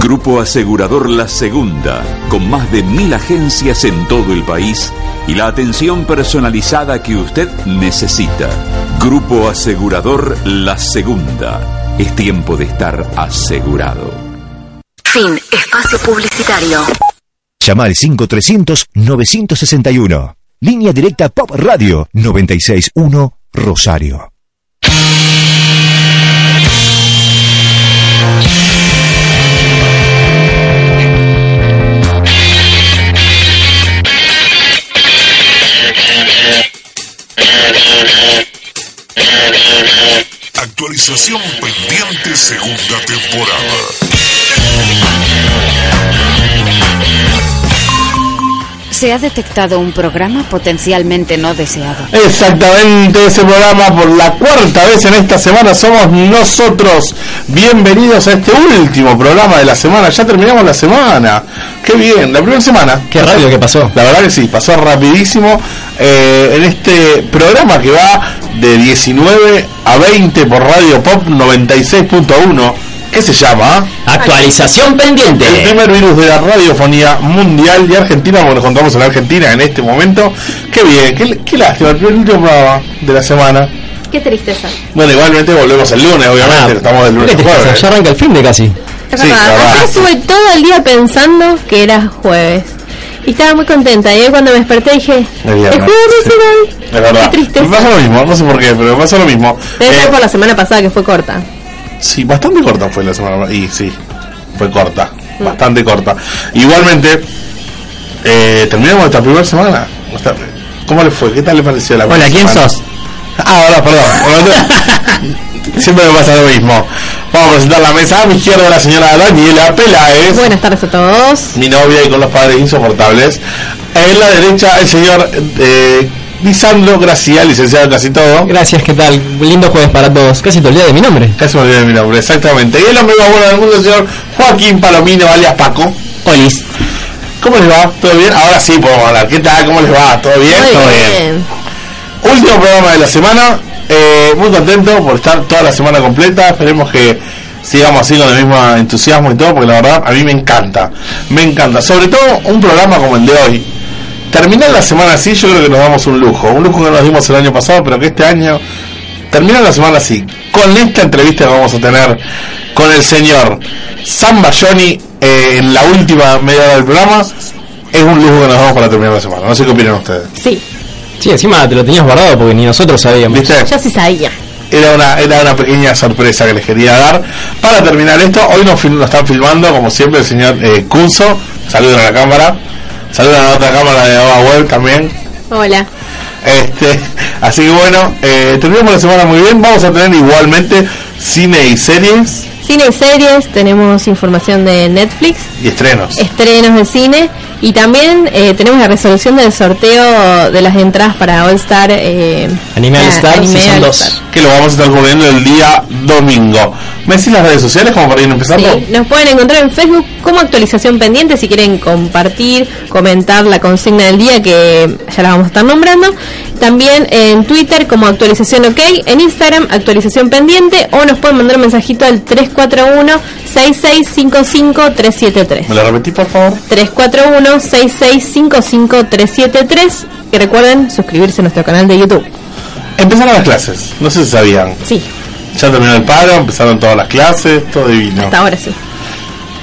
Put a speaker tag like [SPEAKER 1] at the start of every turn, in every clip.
[SPEAKER 1] Grupo Asegurador La Segunda, con más de mil agencias en todo el país y la atención personalizada que usted necesita. Grupo Asegurador La Segunda. Es tiempo de estar asegurado.
[SPEAKER 2] Fin. Espacio publicitario.
[SPEAKER 3] Llama al 5300-961. Línea directa Pop Radio 961 Rosario.
[SPEAKER 4] Actualización pendiente segunda temporada.
[SPEAKER 5] Se ha detectado un programa potencialmente no deseado.
[SPEAKER 6] Exactamente, ese programa por la cuarta vez en esta semana somos nosotros. Bienvenidos a este último programa de la semana. Ya terminamos la semana. Qué bien, la primera semana.
[SPEAKER 7] Qué rápido que pasó.
[SPEAKER 6] La verdad que sí, pasó rapidísimo eh, en este programa que va de 19 a 20 por Radio Pop 96.1. ¿Qué se llama?
[SPEAKER 7] Actualización
[SPEAKER 6] El
[SPEAKER 7] pendiente.
[SPEAKER 6] primer virus de la radiofonía mundial de Argentina, porque nos encontramos en la Argentina en este momento. Qué bien, qué, qué lástima, el primer último programa de la semana.
[SPEAKER 8] Qué tristeza.
[SPEAKER 6] Bueno, igualmente volvemos el lunes, obviamente,
[SPEAKER 8] Ah,
[SPEAKER 6] estamos el lunes
[SPEAKER 7] ¿Qué
[SPEAKER 6] a
[SPEAKER 7] te pasa?
[SPEAKER 6] jueves.
[SPEAKER 7] Ya arranca el fin de casi.
[SPEAKER 8] Es
[SPEAKER 6] Sí,
[SPEAKER 8] verdad.
[SPEAKER 6] la verdad.
[SPEAKER 8] Ayer estuve todo el día pensando que era jueves. Y estaba muy contenta. Y hoy cuando me desperté dije,
[SPEAKER 6] Es
[SPEAKER 8] el
[SPEAKER 6] viernes".
[SPEAKER 8] jueves es hoy.
[SPEAKER 6] Es verdad.
[SPEAKER 8] Qué
[SPEAKER 6] Me pasa
[SPEAKER 8] tristeza.
[SPEAKER 6] lo mismo, no sé por qué, pero me pasa lo mismo.
[SPEAKER 8] Debe
[SPEAKER 6] Eh,
[SPEAKER 8] ser por la semana pasada que fue corta.
[SPEAKER 6] Sí, bastante corta fue la semana. Y sí, fue corta. Bastante corta. Igualmente, eh, terminamos nuestra primera semana. Nuestra- ¿Cómo le fue? ¿Qué tal le pareció la
[SPEAKER 7] Hola,
[SPEAKER 6] primera
[SPEAKER 7] ¿quién
[SPEAKER 6] semana?
[SPEAKER 7] sos?
[SPEAKER 6] Ah, hola, perdón. Siempre me pasa lo mismo. Vamos a presentar la mesa. A mi izquierda la señora Daniela Peláez.
[SPEAKER 8] Buenas tardes a todos.
[SPEAKER 6] Mi novia y con los padres insoportables. En la derecha el señor eh, Lisandro Gracia, licenciado en casi todo.
[SPEAKER 7] Gracias, ¿qué tal? Lindo jueves para todos. Casi te olvidé de mi nombre.
[SPEAKER 6] Casi me olvidé de mi nombre, exactamente. Y el hombre más bueno del mundo, el señor Joaquín Palomino, alias Paco.
[SPEAKER 7] Olis.
[SPEAKER 6] ¿Cómo les va? ¿Todo bien? Ahora sí podemos hablar. ¿Qué tal? ¿Cómo les va? ¿Todo bien?
[SPEAKER 8] Muy
[SPEAKER 6] Todo
[SPEAKER 8] bien.
[SPEAKER 6] Último programa de la semana. Eh, muy contento por estar toda la semana completa. Esperemos que sigamos así con el mismo entusiasmo y todo, porque la verdad a mí me encanta. Me encanta. Sobre todo un programa como el de hoy. Terminar la semana así, yo creo que nos damos un lujo. Un lujo que nos dimos el año pasado, pero que este año terminar la semana así. Con esta entrevista que vamos a tener con el señor Samba Johnny eh, en la última media hora del programa, es un lujo que nos damos para terminar la semana. No sé qué opinan ustedes.
[SPEAKER 8] Sí,
[SPEAKER 7] Sí, encima te lo tenías guardado porque ni nosotros sabíamos.
[SPEAKER 6] ¿Viste?
[SPEAKER 8] yo sí sabía.
[SPEAKER 6] era una, era una pequeña sorpresa que les quería dar. Para terminar esto, hoy nos, fil- nos están filmando, como siempre, el señor eh, Cunzo. Saludan a la cámara. Saludan a la otra cámara de Ava Web también.
[SPEAKER 8] Hola.
[SPEAKER 6] Este, así que bueno, eh, terminamos la semana muy bien. Vamos a tener igualmente cine y series
[SPEAKER 8] Cine y series, tenemos información de Netflix,
[SPEAKER 6] y estrenos.
[SPEAKER 8] estrenos de cine y también eh, tenemos la resolución del sorteo de las entradas para All Star. Eh,
[SPEAKER 7] Anime All
[SPEAKER 8] ah,
[SPEAKER 7] Star,
[SPEAKER 8] Anime
[SPEAKER 7] Season
[SPEAKER 8] All
[SPEAKER 7] 2.
[SPEAKER 8] Star.
[SPEAKER 6] Que lo vamos a estar cubriendo el día domingo. ¿Me decís las redes sociales como para ir empezando?
[SPEAKER 8] Sí, nos pueden encontrar en Facebook como actualización pendiente si quieren compartir, comentar la consigna del día que ya la vamos a estar nombrando. También en Twitter como actualización ok, en Instagram actualización pendiente o nos pueden mandar un mensajito al 341-6655-373.
[SPEAKER 6] ¿Me lo repetís, por favor?
[SPEAKER 8] 341-6655-373. Que recuerden suscribirse a nuestro canal de YouTube.
[SPEAKER 6] Empezaron las clases, no sé si sabían.
[SPEAKER 8] Sí,
[SPEAKER 6] Ya terminó el paro, empezaron todas las clases, todo divino.
[SPEAKER 8] hasta ahora sí.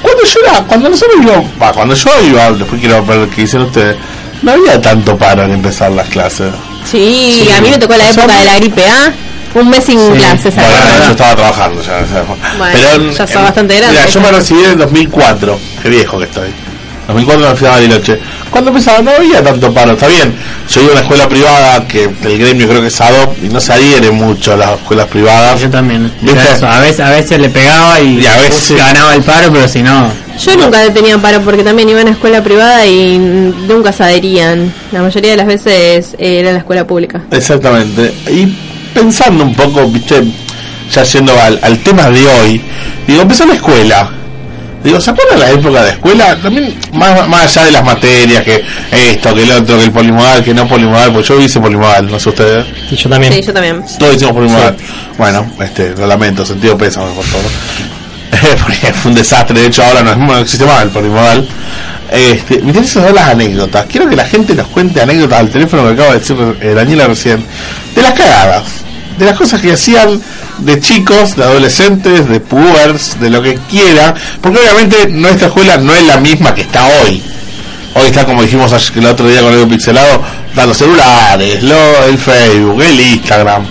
[SPEAKER 6] Cuando yo era, cuando nosotros íbamos, bah, cuando yo iba, después quiero ver qué dicen ustedes, no había tanto paro en empezar las clases.
[SPEAKER 8] Sí,
[SPEAKER 6] Sí.
[SPEAKER 8] a mí me tocó la
[SPEAKER 6] Son-
[SPEAKER 8] época de la gripe A. Un mes sin clases.
[SPEAKER 6] Bueno,
[SPEAKER 8] ¿sabes?
[SPEAKER 6] yo estaba trabajando ya. en esa época.
[SPEAKER 8] Bueno, ya sos bastante grande.
[SPEAKER 6] Mira, yo me recibí en el 2004, qué viejo que estoy. 2004 me fui a Bariloche. Cuando empezaba no había tanto paro, está bien. Yo iba a una escuela privada que el gremio creo que es ADOP y no se adhiere mucho a las escuelas privadas.
[SPEAKER 9] Yo también.
[SPEAKER 6] ¿Viste?
[SPEAKER 9] Era eso, A veces, a veces le pegaba y,
[SPEAKER 6] Y a veces-
[SPEAKER 9] ganaba el paro, pero si no.
[SPEAKER 8] Yo nunca he tenido paro porque también iba a una escuela privada y nunca se adherían. La mayoría de las veces eh, era la escuela pública.
[SPEAKER 6] Exactamente. Y pensando un poco, viste, ya yendo al, al tema de hoy, digo, empezó la escuela. Digo, ¿se acuerdan la época de escuela? También, más, más allá de las materias, que esto, que el otro, que el polimodal, que no polimodal, pues yo hice polimodal, no sé ustedes.
[SPEAKER 7] Y yo también.
[SPEAKER 8] Sí, yo también.
[SPEAKER 6] Todos hicimos polimodal. Bueno, este, lo lamento, sentido pésame por todo. porque fue un desastre, de hecho ahora no, es- no existe más el polimodal. Este, me interesa saber las anécdotas. Quiero que la gente nos cuente anécdotas al teléfono que acaba de decir eh, Daniela recién. De las cagadas, de las cosas que hacían de chicos, de adolescentes, de pubers, de lo que quiera. Porque obviamente nuestra escuela no es la misma que está hoy. Hoy está como dijimos ayer- el otro día con el pixelado, están los celulares, lo, el Facebook, el Instagram.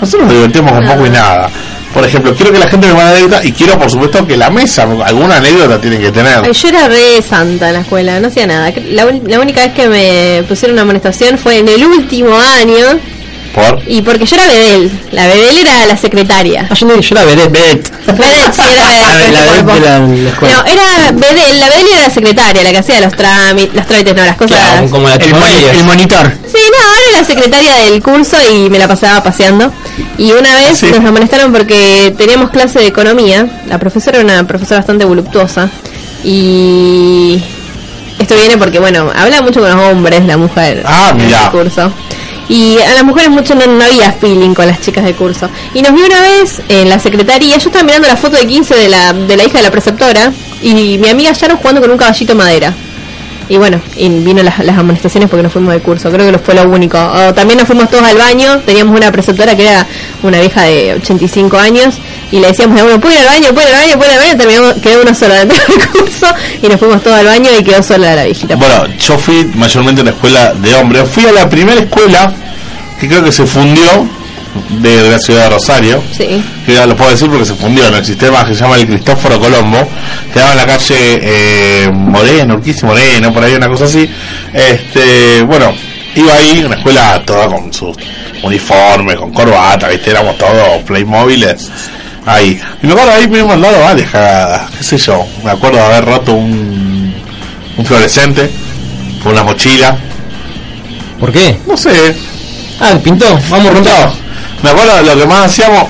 [SPEAKER 6] Nosotros nos divertimos con poco y nada. Por ejemplo, quiero que la gente me mande anécdotas y quiero por supuesto que la mesa, alguna anécdota tienen que
[SPEAKER 8] Ay,
[SPEAKER 6] tener.
[SPEAKER 8] yo era re santa en la escuela, no hacía nada. La, ul- la única vez que me pusieron una amonestación fue en el último año
[SPEAKER 6] Por
[SPEAKER 8] y porque yo era Bedel. La Bedel era la secretaria.
[SPEAKER 7] Ah, yo, no- yo la veré,
[SPEAKER 8] Bedel sí era
[SPEAKER 7] La
[SPEAKER 8] de-
[SPEAKER 7] Bedel de
[SPEAKER 8] de-
[SPEAKER 7] la- de la escuela.
[SPEAKER 8] No, era Bedel, la Bedel era la secretaria, la que hacía los trámites, los trámites, no, las cosas.
[SPEAKER 7] Claro, como la
[SPEAKER 9] El,
[SPEAKER 7] tipo
[SPEAKER 9] moni- el monitor.
[SPEAKER 8] Sí, no, ahora era la secretaria del curso y me la pasaba paseando. Y una vez
[SPEAKER 6] Sí.
[SPEAKER 8] nos amonestaron porque teníamos clase de economía. La profesora era una profesora bastante voluptuosa. Y esto viene porque, bueno, habla mucho con los hombres, la mujer
[SPEAKER 6] Ah,
[SPEAKER 8] en
[SPEAKER 6] mirá.
[SPEAKER 8] el curso. Y a las mujeres mucho no, no había feeling con las chicas del curso. Y nos vio una vez en la secretaría, yo estaba mirando la foto de 15 de la, de la hija de la preceptora y mi amiga Sharon jugando con un caballito de madera. Y bueno, y vino las, las amonestaciones porque nos fuimos del curso, creo que lo fue lo único. O también nos fuimos todos al baño, teníamos una preceptora que era una vieja de 85 años y le decíamos a uno, puede ir al baño, puede ir al baño, puede ir al baño, terminamos, quedó uno solo dentro del curso y nos fuimos todos al baño y quedó sola la viejita.
[SPEAKER 6] Bueno, yo fui mayormente a la escuela de hombres. Fui a la primera escuela que creo que se fundió de la ciudad de Rosario.
[SPEAKER 8] Sí.
[SPEAKER 6] Que ya lo puedo decir porque se fundió en el sistema que se llama el Cristóforo Colombo. Quedaba en la calle eh, Moreno, Urquiza y Moreno, por ahí una cosa así. Este, bueno, iba ahí, una escuela toda con sus uniformes, con corbata, viste, éramos todos playmóviles. Ahí. Y me acuerdo ahí me he mandado varias cagadas, qué sé yo. Me acuerdo de haber roto un, un fluorescente, con una mochila,
[SPEAKER 7] ¿Por qué?
[SPEAKER 6] no sé,
[SPEAKER 7] Ah, pintó. Vamos
[SPEAKER 6] no,
[SPEAKER 7] rompado.
[SPEAKER 6] me acuerdo lo que más hacíamos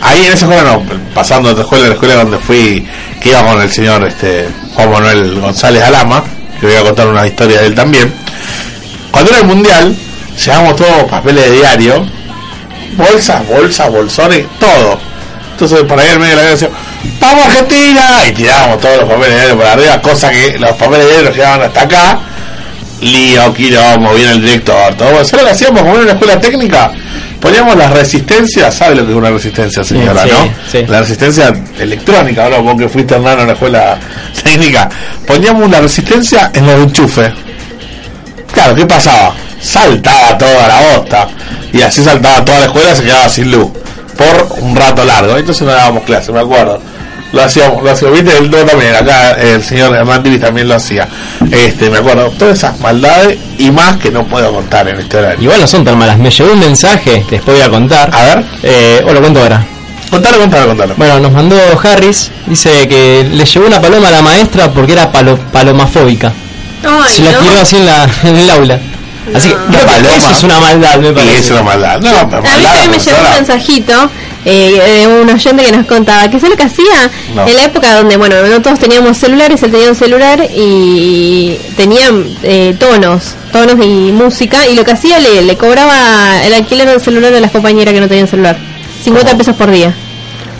[SPEAKER 6] ahí en esa escuela no, pasando de otra escuela a la escuela donde fui, que iba con el señor este Juan Manuel González Alama, que voy a contar una historia de él también. Cuando era el mundial, llevamos todos papeles de diario, bolsas, bolsas, bolsones, todo. Entonces por ahí en medio de la canción, ¡Vamos Argentina! Y tirábamos todos los papeles de diario por arriba, cosa que los papeles de diario los llevaban hasta acá lío, quilombo, viene el director, todo. Bueno, ¿sabes lo que hacíamos como en una escuela técnica? Poníamos las resistencias, ¿sabe lo que es una resistencia, señora,
[SPEAKER 7] Sí,
[SPEAKER 6] no?
[SPEAKER 7] sí.
[SPEAKER 6] La resistencia electrónica, ahora vos que fuiste hermano en la escuela técnica. Poníamos una resistencia en el enchufe. Claro, ¿qué pasaba? Saltaba toda la bosta. Y así saltaba toda la escuela, se quedaba sin luz. Por un rato largo. Entonces no dábamos clase, me acuerdo. Lo hacíamos, lo hacíamos. Viste, el todo también, acá el señor Hernán Divis también lo hacía. Este, me acuerdo. Todas esas maldades y más que no puedo contar en este horario.
[SPEAKER 7] Igual no son tan malas. Me llegó un mensaje que después voy a contar.
[SPEAKER 6] A ver,
[SPEAKER 7] Eh, o lo cuento ahora.
[SPEAKER 6] contalo, contalo, contalo.
[SPEAKER 7] Bueno, nos mandó Harris. Dice que le llegó una paloma a la maestra porque era palo- palomafóbica.
[SPEAKER 8] Ay,
[SPEAKER 7] Se la
[SPEAKER 8] no.
[SPEAKER 7] tiró así en, la, en el aula. Así que creo que
[SPEAKER 6] paloma.
[SPEAKER 7] eso es una maldad, me
[SPEAKER 6] Y
[SPEAKER 7] parece.
[SPEAKER 6] es una maldad. No, pero
[SPEAKER 8] A mí
[SPEAKER 6] maldad,
[SPEAKER 8] también me llegó un
[SPEAKER 6] profesora.
[SPEAKER 8] mensajito eh, de un oyente que nos contaba que sé lo que hacía
[SPEAKER 6] No.
[SPEAKER 8] en la época donde, bueno, no todos teníamos celulares, él tenía un celular y tenían eh, tonos, tonos y música, y lo que hacía le, le cobraba el alquiler del celular de las compañeras que no tenían celular. 50 pesos por día.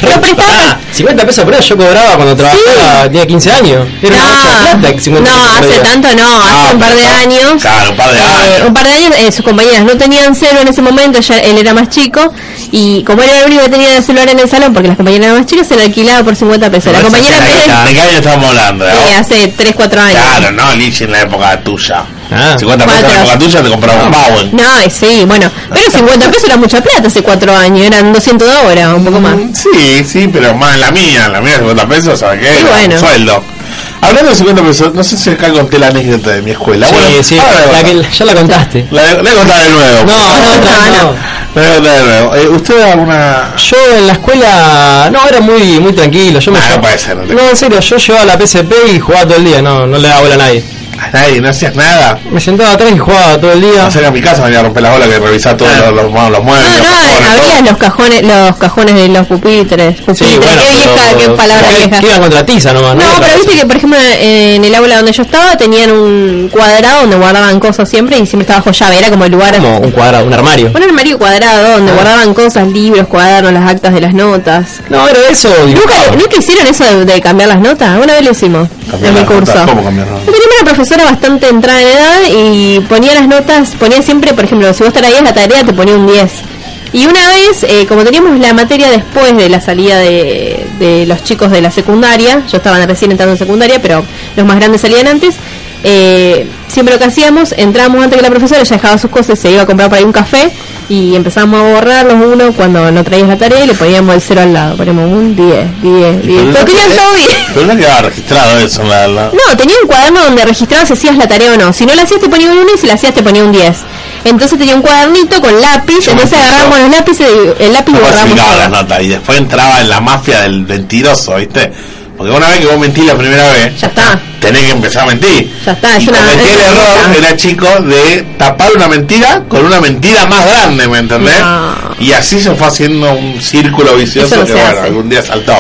[SPEAKER 8] Pero prestaba...
[SPEAKER 7] Ah, 50 pesos por hora yo cobraba cuando trabajaba, tenía 15 años. Era una bocha de plata, 50
[SPEAKER 8] no,
[SPEAKER 7] pesos por
[SPEAKER 8] hace
[SPEAKER 7] día.
[SPEAKER 8] tanto no, hace
[SPEAKER 6] Ah,
[SPEAKER 8] un par de
[SPEAKER 6] pero-
[SPEAKER 8] años.
[SPEAKER 6] Claro, un par de
[SPEAKER 8] Eh,
[SPEAKER 6] años.
[SPEAKER 8] un par de años eh, sus compañeras no tenían celo en ese momento, ya él era más chico y como él era el único que tenía el celular en el salón porque las compañeras eran más chicas se lo alquilaba por 50 pesos. La
[SPEAKER 6] Pero
[SPEAKER 8] compañera
[SPEAKER 6] esa
[SPEAKER 8] que
[SPEAKER 6] carita, ¿De qué año estamos hablando? eh?
[SPEAKER 8] eh, hace 3, 4 años.
[SPEAKER 6] Claro, no, Nietzsche en la época tuya.
[SPEAKER 7] Ah.
[SPEAKER 6] 50 pesos en la
[SPEAKER 8] Cuatro.
[SPEAKER 6] época tuya te compraba un Bowen.
[SPEAKER 8] No, eh, sí, bueno, pero 50 pesos era mucha plata hace 4 años, eran 200 dólares, un poco más.
[SPEAKER 6] Mm, Sí, sí, pero más en la mía, en la mía 50 pesos, ¿sabes qué?
[SPEAKER 8] Y
[SPEAKER 6] Era
[SPEAKER 8] bueno.
[SPEAKER 6] Un sueldo. Hablando de 50 pesos, no sé si acá conté la anécdota de mi escuela.
[SPEAKER 7] Sí,
[SPEAKER 6] bueno,
[SPEAKER 7] sí,
[SPEAKER 6] ahora
[SPEAKER 7] la
[SPEAKER 6] voy a
[SPEAKER 7] que- ya la contaste.
[SPEAKER 6] contar. La- la voy a contar de nuevo.
[SPEAKER 7] No, no, no, no.
[SPEAKER 6] La voy a contar de nuevo. Eh, ¿Usted alguna...?
[SPEAKER 7] Yo en la escuela no era muy muy tranquilo, yo me
[SPEAKER 6] Ah, no
[SPEAKER 7] llevaba-
[SPEAKER 6] puede ser, no te-
[SPEAKER 7] No, en serio, yo llevaba la PSP y jugaba todo el día, no no le daba bola a nadie.
[SPEAKER 6] A nadie, no hacías nada.
[SPEAKER 7] Me sentaba atrás y jugaba todo el día.
[SPEAKER 6] No salía a mi casa, venía a romper la bola que revisaba todos
[SPEAKER 9] Claro.
[SPEAKER 6] los, los, los muebles.
[SPEAKER 8] No,
[SPEAKER 6] los cajones,
[SPEAKER 8] no,
[SPEAKER 6] todo.
[SPEAKER 8] abrías los cajones, los cajones de los pupitres. pupitres.
[SPEAKER 7] bueno,
[SPEAKER 8] qué
[SPEAKER 7] pero-
[SPEAKER 8] vieja, qué palabra
[SPEAKER 7] pero
[SPEAKER 8] vieja.
[SPEAKER 7] que iban contra tiza nomás.
[SPEAKER 8] No,
[SPEAKER 7] Iban contra
[SPEAKER 8] pero viste
[SPEAKER 7] tiza.
[SPEAKER 8] que, por ejemplo, en el aula donde yo estaba tenían un cuadrado donde guardaban cosas siempre y siempre estaba bajo llave, era como el lugar...
[SPEAKER 7] Como un cuadrado, un armario.
[SPEAKER 8] Un armario cuadrado
[SPEAKER 6] Ah.
[SPEAKER 8] donde guardaban cosas, libros, cuadernos, las actas de las notas.
[SPEAKER 7] No, era eso.
[SPEAKER 8] ¿Nunca,
[SPEAKER 7] dibujaba.
[SPEAKER 8] ¿Nunca hicieron eso de, de cambiar las notas? Una vez lo hicimos
[SPEAKER 6] Cambiar
[SPEAKER 8] en mi
[SPEAKER 6] las
[SPEAKER 8] curso.
[SPEAKER 6] notas, ¿cómo cambiar las notas?
[SPEAKER 8] Teníamos una profesora bastante entrada en edad y ponía las notas, ponía siempre, por ejemplo, si vos traías la tarea te ponía un 10. Y una vez, eh, como teníamos la materia después de la salida de, de los chicos de la secundaria, yo estaba recién entrando en secundaria, pero los más grandes salían antes, eh, siempre lo que hacíamos, entrábamos antes que la profesora, ella dejaba sus cosas, y se iba a comprar por ahí un café y empezábamos a borrar los uno cuando no traías la tarea y le poníamos el cero al lado, poníamos un 10, 10, 10.
[SPEAKER 6] Pero
[SPEAKER 8] Pero
[SPEAKER 6] no
[SPEAKER 8] tenían
[SPEAKER 6] te-
[SPEAKER 8] todo 10.
[SPEAKER 6] Pero no quedaba registrado eso. en La, la-
[SPEAKER 8] No, tenía un cuaderno donde registraba si hacías la tarea o no. Si no la hacías te ponía un 1 y si la hacías te ponía un 10. Entonces tenía un cuadernito con lápiz,
[SPEAKER 6] Yo me
[SPEAKER 8] entonces
[SPEAKER 6] acuerdo.
[SPEAKER 8] agarrábamos los lápices, y- el lápiz y
[SPEAKER 6] no
[SPEAKER 8] borrábamos.
[SPEAKER 6] falsificaba
[SPEAKER 8] todo.
[SPEAKER 6] las notas. Y después entraba en la mafia del mentiroso, ¿viste? Porque una vez que vos mentís la primera vez,
[SPEAKER 8] Ya está.
[SPEAKER 6] tenés que empezar a mentir.
[SPEAKER 8] Ya está, es
[SPEAKER 6] y
[SPEAKER 8] una-
[SPEAKER 6] cometí
[SPEAKER 8] es
[SPEAKER 6] el
[SPEAKER 8] una
[SPEAKER 6] error,
[SPEAKER 8] nota.
[SPEAKER 6] era chico, de tapar una mentira con una mentira más grande, ¿me entendés?
[SPEAKER 8] No.
[SPEAKER 6] Y así se fue haciendo un círculo vicioso
[SPEAKER 8] Eso no
[SPEAKER 6] que,
[SPEAKER 8] se
[SPEAKER 6] bueno,
[SPEAKER 8] hace.
[SPEAKER 6] algún día saltó.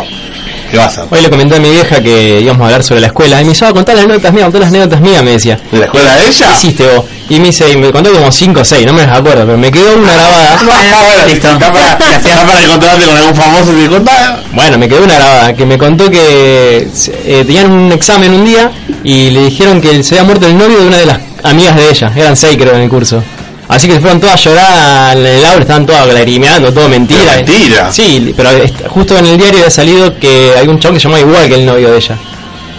[SPEAKER 6] ¿Qué va a hacer?
[SPEAKER 7] Hoy le comenté a mi vieja que íbamos a hablar sobre la escuela. Y me llevaba a contar las notas mías, contar las anécdotas mías, me decía.
[SPEAKER 6] ¿De la escuela de ella?
[SPEAKER 7] ¿Qué hiciste vos? Y me dice, y me contó como 5 o 6, no me las acuerdo, pero me quedó una
[SPEAKER 8] Ah,
[SPEAKER 7] grabada.
[SPEAKER 6] Ah,
[SPEAKER 7] Ah,
[SPEAKER 6] Bueno,
[SPEAKER 9] listo.
[SPEAKER 6] Está para, está para encontrarte con algún famoso y te contá.
[SPEAKER 7] Bueno, me quedó una grabada que me contó que eh, tenían un examen un día y le dijeron que se había muerto el novio de una de las amigas de ella. Eran 6 creo en el curso. Así que se fueron todas a llorar en el aula, estaban todas lagrimeando, todo mentira.
[SPEAKER 6] Pero mentira.
[SPEAKER 7] Sí, pero est- justo en el diario había salido que hay un chabón que se llamaba igual que el novio de ella.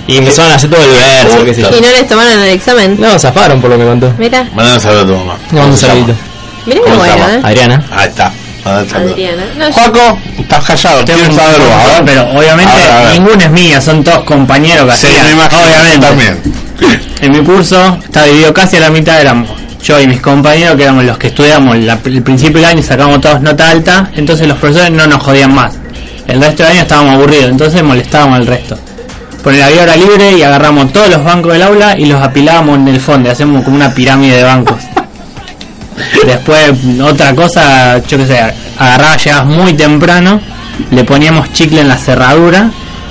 [SPEAKER 7] Y empezaron a hacer todo el verso, qué sé yo.
[SPEAKER 8] Y no les tomaron el examen.
[SPEAKER 7] No, zafaron por lo que me contó.
[SPEAKER 8] Mira,
[SPEAKER 6] Mandá un saludo a tu mamá.
[SPEAKER 7] No, un
[SPEAKER 6] se
[SPEAKER 7] saludito.
[SPEAKER 6] llama?
[SPEAKER 8] mira qué
[SPEAKER 6] ¿Cómo se
[SPEAKER 8] bueno,
[SPEAKER 6] llama?
[SPEAKER 8] ¿eh?
[SPEAKER 7] Adriana.
[SPEAKER 6] Ahí está. Mandá un saludo.
[SPEAKER 8] Adriana. No, yo-
[SPEAKER 6] Joaco, estás callado,
[SPEAKER 9] Tengo
[SPEAKER 6] tienes
[SPEAKER 9] un-
[SPEAKER 6] un saludo. A ver.
[SPEAKER 9] pero obviamente
[SPEAKER 6] A ver, a ver.
[SPEAKER 9] ninguno es mío, son todos compañeros que
[SPEAKER 6] Sí,
[SPEAKER 9] hacían.
[SPEAKER 6] me imagino,
[SPEAKER 9] obviamente.
[SPEAKER 6] También.
[SPEAKER 9] En mi curso estaba dividido casi a la mitad, éramos yo y mis compañeros, que éramos los que estudiamos la- el principio del año y sacábamos todos nota alta, entonces los profesores no nos jodían más. El resto del año estábamos aburridos, entonces molestábamos al resto. Por la vía hora libre y agarramos todos los bancos del aula y los apilábamos en el fondo, hacemos como una pirámide de bancos. Después, otra cosa, yo qué sé, agarraba, llegabas muy temprano, le poníamos chicle en la cerradura,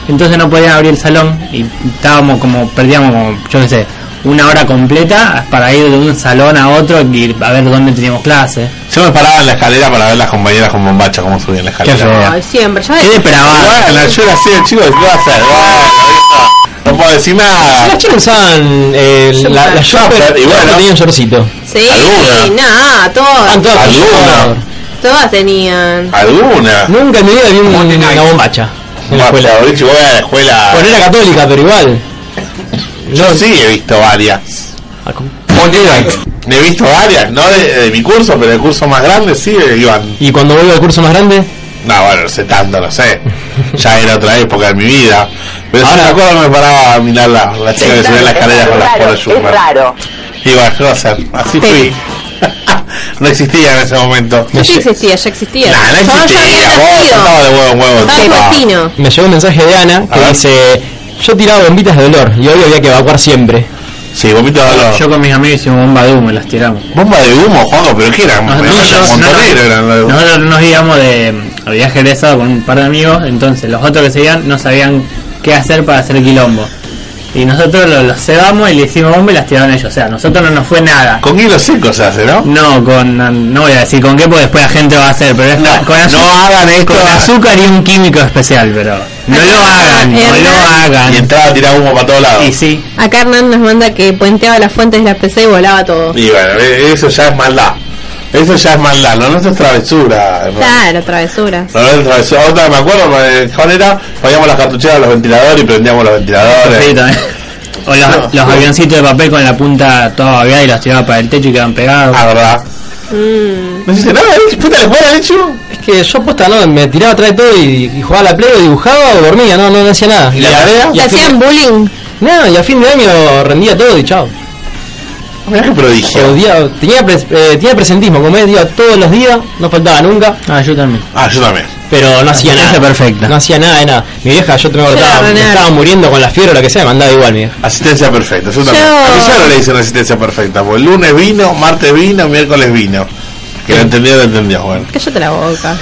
[SPEAKER 9] entonces no podían abrir el salón y estábamos como, perdíamos como, yo qué sé, una hora completa para ir de un salón a otro y a ver dónde teníamos clase.
[SPEAKER 6] Yo me paraba en la escalera para ver las compañeras con bombacha cómo subían la escalera.
[SPEAKER 9] Qué feo.
[SPEAKER 8] Ay, siempre. Yo
[SPEAKER 9] Qué depravado.
[SPEAKER 6] Bueno, yo era así, chicos, ¿qué va a hacer? Bueno, no puedo decir nada.
[SPEAKER 7] Las chicas usaban eh, la, la
[SPEAKER 6] Jumper,
[SPEAKER 7] jumper,
[SPEAKER 6] y bueno.
[SPEAKER 7] pero tenían shortcito.
[SPEAKER 8] Sí,
[SPEAKER 6] Alguna. Ah,
[SPEAKER 8] nada, todas,
[SPEAKER 7] Estaban todas con
[SPEAKER 6] ¿Alguna?
[SPEAKER 8] todas tenían.
[SPEAKER 6] ¿Alguna?
[SPEAKER 7] Nunca en mi vida vi un- una bombacha en la escuela.
[SPEAKER 6] Bueno, Richie, voy a la escuela.
[SPEAKER 7] Bueno, era católica, pero igual.
[SPEAKER 6] Yo sí he visto varias.
[SPEAKER 7] Ah,
[SPEAKER 6] He visto varias, no de, de mi curso, pero del curso más grande sí iban.
[SPEAKER 7] Y cuando vuelvo al curso más grande,
[SPEAKER 6] No, bueno, no sé tanto, no sé. Ya era otra época de mi vida. Pero sí
[SPEAKER 7] Ahora-
[SPEAKER 6] me acuerdo que me paraba a mirar la, la chica que subía la escalera con las polas Schumann. Y bueno, ¿qué va a hacer? Así fui. no existía en ese momento.
[SPEAKER 8] Yo sí existía, ya existía.
[SPEAKER 6] Nah, no
[SPEAKER 8] Yo ya
[SPEAKER 6] existía. Vos
[SPEAKER 8] había
[SPEAKER 6] saltabas
[SPEAKER 8] nacido.
[SPEAKER 6] de huevo en huevo.
[SPEAKER 8] Estaba en
[SPEAKER 6] chupaba.
[SPEAKER 8] Faustino.
[SPEAKER 7] me llegó un mensaje de Ana
[SPEAKER 6] A
[SPEAKER 7] que
[SPEAKER 6] ver.
[SPEAKER 7] dice: Yo tiraba bombitas de olor y hoy había que evacuar siempre.
[SPEAKER 6] Sí, vomito de dolor.
[SPEAKER 9] Yo con mis amigos hicimos bomba de humo y las tiramos.
[SPEAKER 6] Bomba de humo, Juanjo, pero ¿qué era?
[SPEAKER 9] Nos-
[SPEAKER 6] Me-
[SPEAKER 9] nosotros-
[SPEAKER 6] Montonero
[SPEAKER 9] no, no,
[SPEAKER 6] eran los-
[SPEAKER 9] nosotros nos íbamos de a viaje egresado con un par de amigos, entonces los otros que se iban no sabían qué hacer para hacer quilombo. Y nosotros lo- los cebamos y le hicimos bomba y las tiraron ellos. O sea, a nosotros no nos fue nada.
[SPEAKER 6] Con hilo seco se hace, ¿no?
[SPEAKER 9] No, con. No voy a decir con qué, porque después la gente va a hacer, pero es con, azu-
[SPEAKER 6] no hagan esto.
[SPEAKER 9] con azúcar y un químico especial, pero. No lo hagan, no lo
[SPEAKER 8] Hernán.
[SPEAKER 6] Y
[SPEAKER 9] hagan.
[SPEAKER 6] entraba a tirar humo para todos lados.
[SPEAKER 9] Y sí,
[SPEAKER 8] Acá Hernán nos manda que puenteaba las fuentes de la PC y volaba todo.
[SPEAKER 6] Y bueno, e- eso ya es maldad. Eso ya es maldad. Lo nuestro es travesura. hermano.
[SPEAKER 8] Claro, travesuras.
[SPEAKER 6] Lo nuestro es travesura. Otra que me acuerdo, eh, ¿cuál era? Poníamos las cartucheras de los ventiladores y prendíamos los
[SPEAKER 7] Eh.
[SPEAKER 9] sí,
[SPEAKER 6] ventiladores.
[SPEAKER 9] también. O los,
[SPEAKER 6] No.
[SPEAKER 9] los avioncitos de papel con la punta toda babeada y los tiraba para el techo y quedaban pegados.
[SPEAKER 6] Ah, verdad.
[SPEAKER 8] Mm.
[SPEAKER 6] No hiciste nada, ¿eh? puta, le fuera, hecho.
[SPEAKER 7] Es que yo posta, no, me tiraba atrás de todo y, y jugaba a la play, o dibujaba o dormía, no, no, no hacía nada.
[SPEAKER 6] ¿Y la tarea?
[SPEAKER 7] y
[SPEAKER 8] ¿Te
[SPEAKER 7] a fin-
[SPEAKER 8] hacían bullying?
[SPEAKER 7] No, y a fin de año rendía todo y chao.
[SPEAKER 6] Mirá qué prodigio.
[SPEAKER 7] Odiaba- tenía, pres- eh, tenía presentismo, comía digo, todos los días, no faltaba nunca.
[SPEAKER 9] Ah, yo también.
[SPEAKER 6] Ah, yo también.
[SPEAKER 7] Pero no hacía nada.
[SPEAKER 9] competencia perfecta.
[SPEAKER 7] No hacía nada de nada. Mi vieja, yo me estaba,
[SPEAKER 8] Claro,
[SPEAKER 7] me
[SPEAKER 8] nada.
[SPEAKER 7] estaba muriendo con la fiebre o lo que sea, me andaba igual, mi vieja.
[SPEAKER 6] Asistencia perfecta, yo también.
[SPEAKER 8] Yo-
[SPEAKER 6] A mi suegro le dicen asistencia perfecta, porque el lunes vino, martes vino, miércoles vino. Que lo entendió, lo entendió, bueno.
[SPEAKER 8] Cállate la boca.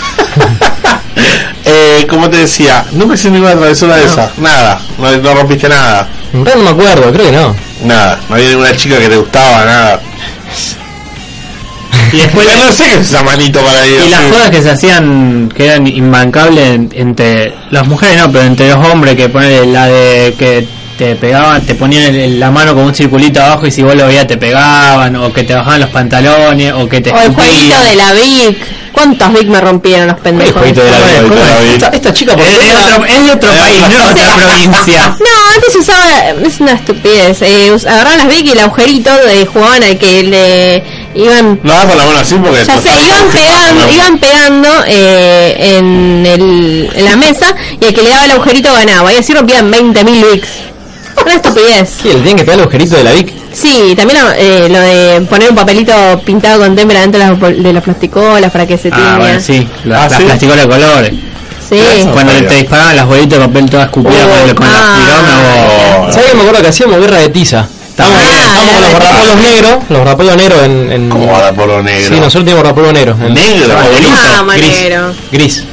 [SPEAKER 6] Eh, como te decía, nunca hice ninguna travesura de esa. Nada, no, no rompiste nada.
[SPEAKER 8] Mm.
[SPEAKER 7] En realidad no me acuerdo, creo que no.
[SPEAKER 6] Nada, no había ninguna chica que te gustaba, nada.
[SPEAKER 9] Y después
[SPEAKER 6] Yo no sé qué es esa manito para ir
[SPEAKER 9] Y las
[SPEAKER 6] así.
[SPEAKER 9] cosas que se hacían, que eran imbancables en- entre las mujeres, no, pero entre los hombres, que ponen la de que te pegaban, te ponían el- el- la mano con un circulito abajo y si vos lo veías te pegaban, o que te bajaban los pantalones, o que te
[SPEAKER 8] O el jueguito
[SPEAKER 9] escupían.
[SPEAKER 8] de la Vic. ¿Cuántas Vic me rompieron los pendejos?
[SPEAKER 6] jueguito de la
[SPEAKER 8] No,
[SPEAKER 6] Vic. Eh,
[SPEAKER 9] ¿Cómo es?
[SPEAKER 6] Ahorita la vi.
[SPEAKER 7] Esta, esta chica, por
[SPEAKER 9] Es
[SPEAKER 7] qué
[SPEAKER 9] de
[SPEAKER 7] era-
[SPEAKER 9] otro, es de otro país, no de otra provincia.
[SPEAKER 8] antes se usaba. Es una estupidez. Eh, us- agarraban las Vic y el agujerito eh, jugaban al que le iban.
[SPEAKER 6] No hagas con la mano así porque.
[SPEAKER 8] Ya sé, iban pegando, iban pegando eh, en, el, en la mesa y el que le daba el agujerito ganaba. Y así rompían 20.000 Vics. Una estupidez.
[SPEAKER 7] Sí, le tienen que pegar el agujerito de la Vic.
[SPEAKER 8] Sí, también eh, lo de poner un papelito pintado con témpera dentro de las, pol- de las plasticolas para que se tiña.
[SPEAKER 9] Ah, bueno, sí, la-
[SPEAKER 6] Ah,
[SPEAKER 9] las
[SPEAKER 6] ¿sí?
[SPEAKER 9] plasticolas de colores.
[SPEAKER 8] Sí.
[SPEAKER 6] Eso.
[SPEAKER 9] Cuando
[SPEAKER 6] sabía.
[SPEAKER 9] te disparaban las bolitas de papel todas escupidas
[SPEAKER 8] Oh,
[SPEAKER 9] con, el- con
[SPEAKER 8] ah.
[SPEAKER 9] la pirona o...
[SPEAKER 7] ¿Sabes que me acuerdo que hacíamos guerra de tiza? Estábamos,
[SPEAKER 8] Ah,
[SPEAKER 7] estábamos con los
[SPEAKER 8] guerra de
[SPEAKER 7] rapollos negros, los rapollos negros en... en
[SPEAKER 6] Como ahora por lo negro.
[SPEAKER 7] Sí, nosotros teníamos rapollos negros. en-
[SPEAKER 6] Negro, boludo.
[SPEAKER 7] gris.
[SPEAKER 8] Ah, manero.
[SPEAKER 7] Gris.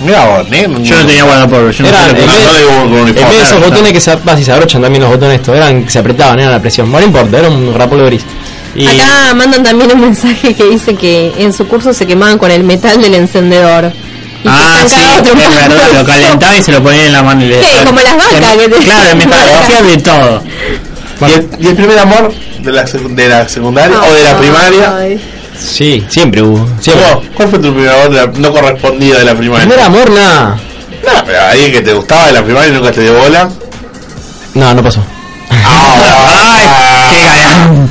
[SPEAKER 6] Mira vos, negro.
[SPEAKER 9] Yo no tenía guardapolvo, yo no
[SPEAKER 7] Era
[SPEAKER 9] sé lo que-
[SPEAKER 7] el-
[SPEAKER 6] No, no le digo con
[SPEAKER 7] En vez de
[SPEAKER 6] uniforme.
[SPEAKER 7] esos botones que se, va, si se abrochan también los botones estos, eran que se apretaban, eran la presión. Bueno, no importa, era un rapollo gris. Y
[SPEAKER 8] Acá mandan también un mensaje que dice que en su curso se quemaban con el metal del encendedor. Y que
[SPEAKER 9] Ah,
[SPEAKER 8] están
[SPEAKER 9] sí,
[SPEAKER 8] cagados
[SPEAKER 9] es
[SPEAKER 8] trompados.
[SPEAKER 9] verdad, lo calentaba y se lo ponía en la mano y le
[SPEAKER 8] Sí, como las vacas que te-
[SPEAKER 9] Claro, me hacía de todo.
[SPEAKER 6] ¿Y el, y el primer amor de la, secu- de la secundaria o de la primaria?
[SPEAKER 8] Ay.
[SPEAKER 7] Sí, siempre hubo. Siempre.
[SPEAKER 6] ¿Vos? ¿Cuál fue tu primer amor de la- no correspondido de la primaria?
[SPEAKER 7] No era amor, nada.
[SPEAKER 6] No, pero alguien que te gustaba de la primaria y nunca te dio bola.
[SPEAKER 7] No, no pasó.
[SPEAKER 6] ¡Ay! ¡Qué galán!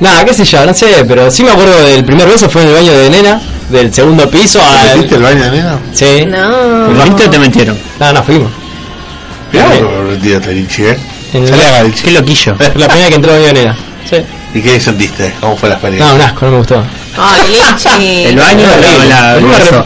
[SPEAKER 7] Nada, qué sé yo, no sé, pero sí me acuerdo del primer beso fue en el baño de nena, del segundo piso
[SPEAKER 6] ¿Te
[SPEAKER 7] al...
[SPEAKER 6] metiste el baño, nena?
[SPEAKER 7] Sí.
[SPEAKER 8] No.
[SPEAKER 9] ¿Viste o te metieron?
[SPEAKER 7] No, no, fuimos.
[SPEAKER 6] Mirá
[SPEAKER 7] Sí.
[SPEAKER 6] lo divertido, Terichi, ¿eh?
[SPEAKER 7] En el-
[SPEAKER 6] Salí a
[SPEAKER 9] Qué
[SPEAKER 6] Galichi.
[SPEAKER 9] loquillo.
[SPEAKER 7] Fue la primera que entró al baño de nena. Sí.
[SPEAKER 6] ¿Y qué sentiste? ¿Cómo fue la experiencia?
[SPEAKER 7] No, un asco, no me gustó.
[SPEAKER 8] Ay, leche.
[SPEAKER 9] ¿El baño o la- o la- el
[SPEAKER 7] Nunca
[SPEAKER 9] beso?
[SPEAKER 7] rep-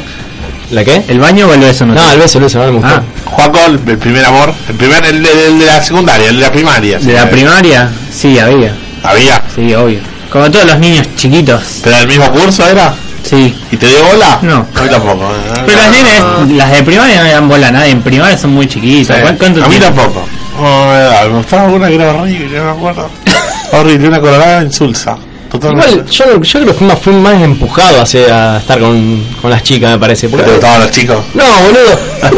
[SPEAKER 7] ¿La qué?
[SPEAKER 9] ¿El baño o el beso? No,
[SPEAKER 7] No,
[SPEAKER 9] sé.
[SPEAKER 7] el beso, el beso, no me gustó.
[SPEAKER 9] Ah,
[SPEAKER 6] Juaco, el el primer amor, el primer, el, de- el de la secundaria, el de la primaria.
[SPEAKER 9] ¿De la
[SPEAKER 6] sí.
[SPEAKER 9] primaria? Sí, había.
[SPEAKER 6] Había.
[SPEAKER 9] Sí, obvio. Como todos los niños chiquitos.
[SPEAKER 6] ¿Pero el mismo curso era?
[SPEAKER 9] Sí.
[SPEAKER 6] ¿Y te dio bola?
[SPEAKER 9] No.
[SPEAKER 6] A mí tampoco. eh.
[SPEAKER 9] Pero las nenes, las de primaria no le dan bola a nadie. En primaria son muy chiquitos.
[SPEAKER 6] Sí.
[SPEAKER 9] ¿Cuánto
[SPEAKER 6] A mí
[SPEAKER 9] tienen?
[SPEAKER 6] tampoco. No, me da, me gustaba una que era horrible, yo me acuerdo. horrible, una colorada insulsa. Totalmente.
[SPEAKER 7] Igual, yo, no- yo creo que fui más, fui más empujado hacia a estar con, con las chicas, me parece.
[SPEAKER 6] ¿Te
[SPEAKER 7] porque-
[SPEAKER 6] gustaban los chicos?
[SPEAKER 7] No, boludo. Porque,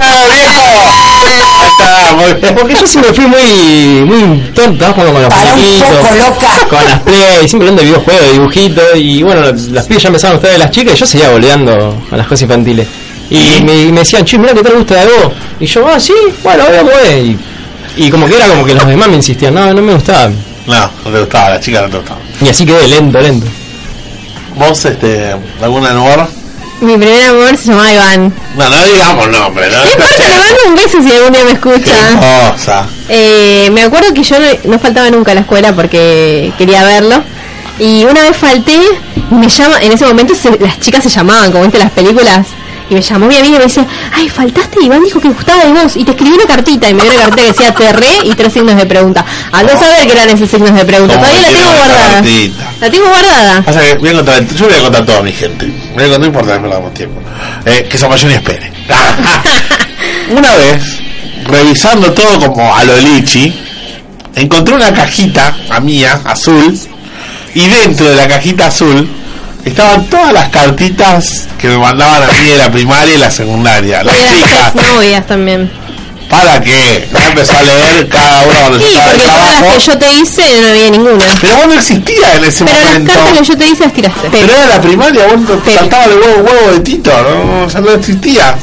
[SPEAKER 6] ¡Ah, viejo! Ahí está, muy bien.
[SPEAKER 7] porque yo siempre fui muy, muy tonto, ¿no? con los muñequitos, con las play, siempre hablando de videojuegos, de dibujitos. Y bueno, las pibas ya empezaban a gustar de las chicas y yo seguía boleando a las cosas infantiles. Y me, me decían, che, mirá que te gusta de vos. Y yo, ah, sí, bueno, voy a mover. Y, y como que era como que los demás me insistían, no, no me gustaba.
[SPEAKER 6] No, no te gustaba, la chica no te gustaba.
[SPEAKER 7] Y así quedé lento, lento.
[SPEAKER 6] ¿Vos, este, algún amor?
[SPEAKER 8] Mi primer amor se llamaba Iván.
[SPEAKER 6] No, no digamos nombre, ¿no?
[SPEAKER 8] Y aparte le mando un beso si algún día me escucha.
[SPEAKER 6] Cosa.
[SPEAKER 8] Eh, me acuerdo que yo no, no faltaba nunca a la escuela porque quería verlo. Y una vez falté, y me llama, en ese momento se- las chicas se llamaban, como viste en las películas. Y me llamó mi amiga y me dice, ay, faltaste, Iván dijo que gustaba de vos. Y te escribí una cartita, y me dio una cartita que decía TR y tres signos de pregunta. Al no saber que eran esos signos de pregunta,
[SPEAKER 6] ¿Cómo
[SPEAKER 8] todavía la
[SPEAKER 6] me
[SPEAKER 8] tengo
[SPEAKER 6] tiene la
[SPEAKER 8] guardada.
[SPEAKER 6] cartita?
[SPEAKER 8] La tengo guardada.
[SPEAKER 6] Pasa que voy a contar, yo voy a contar a toda mi gente. Voy a contar, no importa que perdamos tiempo. Eh, que Zapalloni espere. una vez, revisando todo como a lo lichi, encontré una cajita, a mía, azul, y dentro de la cajita azul estaban todas las cartitas que me mandaban a mí de la primaria y la secundaria. Las
[SPEAKER 8] Y eran
[SPEAKER 6] chicas.
[SPEAKER 8] tres novias también.
[SPEAKER 6] ¿Para qué? Ya empezó a leer cada uno cuando
[SPEAKER 8] Sí,
[SPEAKER 6] estaba en
[SPEAKER 8] porque todas las
[SPEAKER 6] trabajo.
[SPEAKER 8] que yo te hice no había ninguna.
[SPEAKER 6] Pero vos no existía en ese
[SPEAKER 8] Pero las
[SPEAKER 6] momento.
[SPEAKER 8] cartas que yo te hice las tiraste.
[SPEAKER 6] Pero era la primaria, vos no-
[SPEAKER 8] Pero-
[SPEAKER 6] saltaba el huevo, huevo de Tito, no, ya no existía.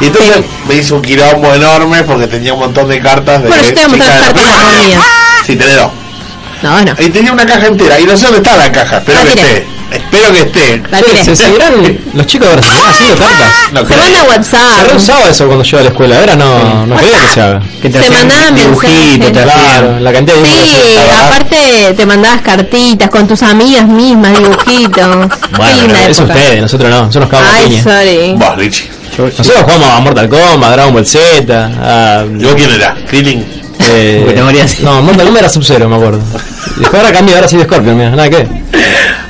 [SPEAKER 6] Y entonces me hizo un quilombo enorme porque tenía un montón de cartas de
[SPEAKER 8] Bueno, yo te voy a
[SPEAKER 6] chicas
[SPEAKER 8] mostrar
[SPEAKER 6] de la
[SPEAKER 8] las cartas de la
[SPEAKER 6] primaria.
[SPEAKER 8] mía.
[SPEAKER 6] Sí, tenés dos.
[SPEAKER 8] No, no.
[SPEAKER 6] Y tenía una caja entera. Y no sé dónde está la caja. Espero
[SPEAKER 8] La
[SPEAKER 6] que
[SPEAKER 8] tiré.
[SPEAKER 6] esté. Espero que esté.
[SPEAKER 8] La tiré.
[SPEAKER 7] ¿Se seguirán los chicos de Brasil haciendo cartas?
[SPEAKER 6] No
[SPEAKER 8] Se
[SPEAKER 6] creo.
[SPEAKER 8] van a
[SPEAKER 7] Se
[SPEAKER 8] Ah, WhatsApp.
[SPEAKER 7] re usaba eso cuando yo iba a la escuela, ahora no, no quería que se haga.
[SPEAKER 9] Que te
[SPEAKER 8] Se
[SPEAKER 9] hacían
[SPEAKER 8] mandaban
[SPEAKER 9] dibujitos,
[SPEAKER 8] mensajes.
[SPEAKER 9] te
[SPEAKER 7] Claro,
[SPEAKER 9] hacían-
[SPEAKER 7] la cantidad de dibujos que
[SPEAKER 8] Sí,
[SPEAKER 7] se usaba.
[SPEAKER 8] aparte te mandabas cartitas con tus amigas mismas, dibujitos. Qué
[SPEAKER 7] Bueno,
[SPEAKER 8] linda
[SPEAKER 7] eso
[SPEAKER 8] época.
[SPEAKER 7] ustedes, nosotros no, nosotros nos cagamos a
[SPEAKER 8] Ay,
[SPEAKER 7] piña.
[SPEAKER 8] sorry.
[SPEAKER 6] Vos, Richie.
[SPEAKER 7] Nosotros jugamos a Mortal Kombat, a Dragon Ball Z, a...
[SPEAKER 6] ¿Yo quién era? Krillin.
[SPEAKER 7] eh,
[SPEAKER 9] Porque te morías.
[SPEAKER 7] No, Mortal Kombat era Sub-Zero, me acuerdo. Y después ahora cambio, ahora soy de Scorpion, mira, nada que ver.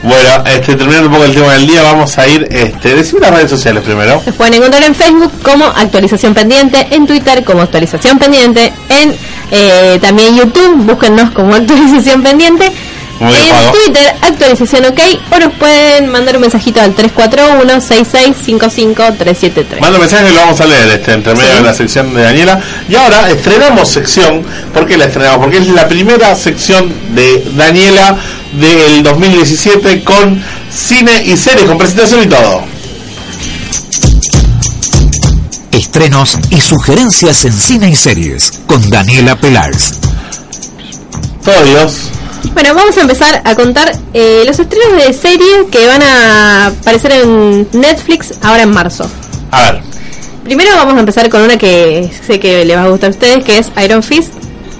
[SPEAKER 6] Bueno, este, terminando un poco el tema del día, vamos a ir. Este, decime las redes sociales primero.
[SPEAKER 8] Nos pueden encontrar en Facebook como Actualización Pendiente, en Twitter como Actualización Pendiente, en eh, también YouTube, búsquennos como Actualización Pendiente.
[SPEAKER 6] Muy
[SPEAKER 8] en
[SPEAKER 6] ocupado.
[SPEAKER 8] Twitter, actualización OK, o nos pueden mandar un mensajito al 341-6655-373.
[SPEAKER 6] Manda mensaje y lo vamos a leer este, entre medio de la sección de Daniela. Y ahora estrenamos sección. ¿Por qué la estrenamos? Porque es la primera sección de Daniela del 2017 con cine y series, con presentación y todo.
[SPEAKER 3] Estrenos y sugerencias en cine y series con Daniela Pelars.
[SPEAKER 6] Todo Dios.
[SPEAKER 8] Bueno, vamos a empezar a contar eh, los estrenos de series que van a aparecer en Netflix ahora en marzo.
[SPEAKER 6] A ver.
[SPEAKER 8] Primero vamos a empezar con una que sé que les va a gustar a ustedes, que es Iron Fist.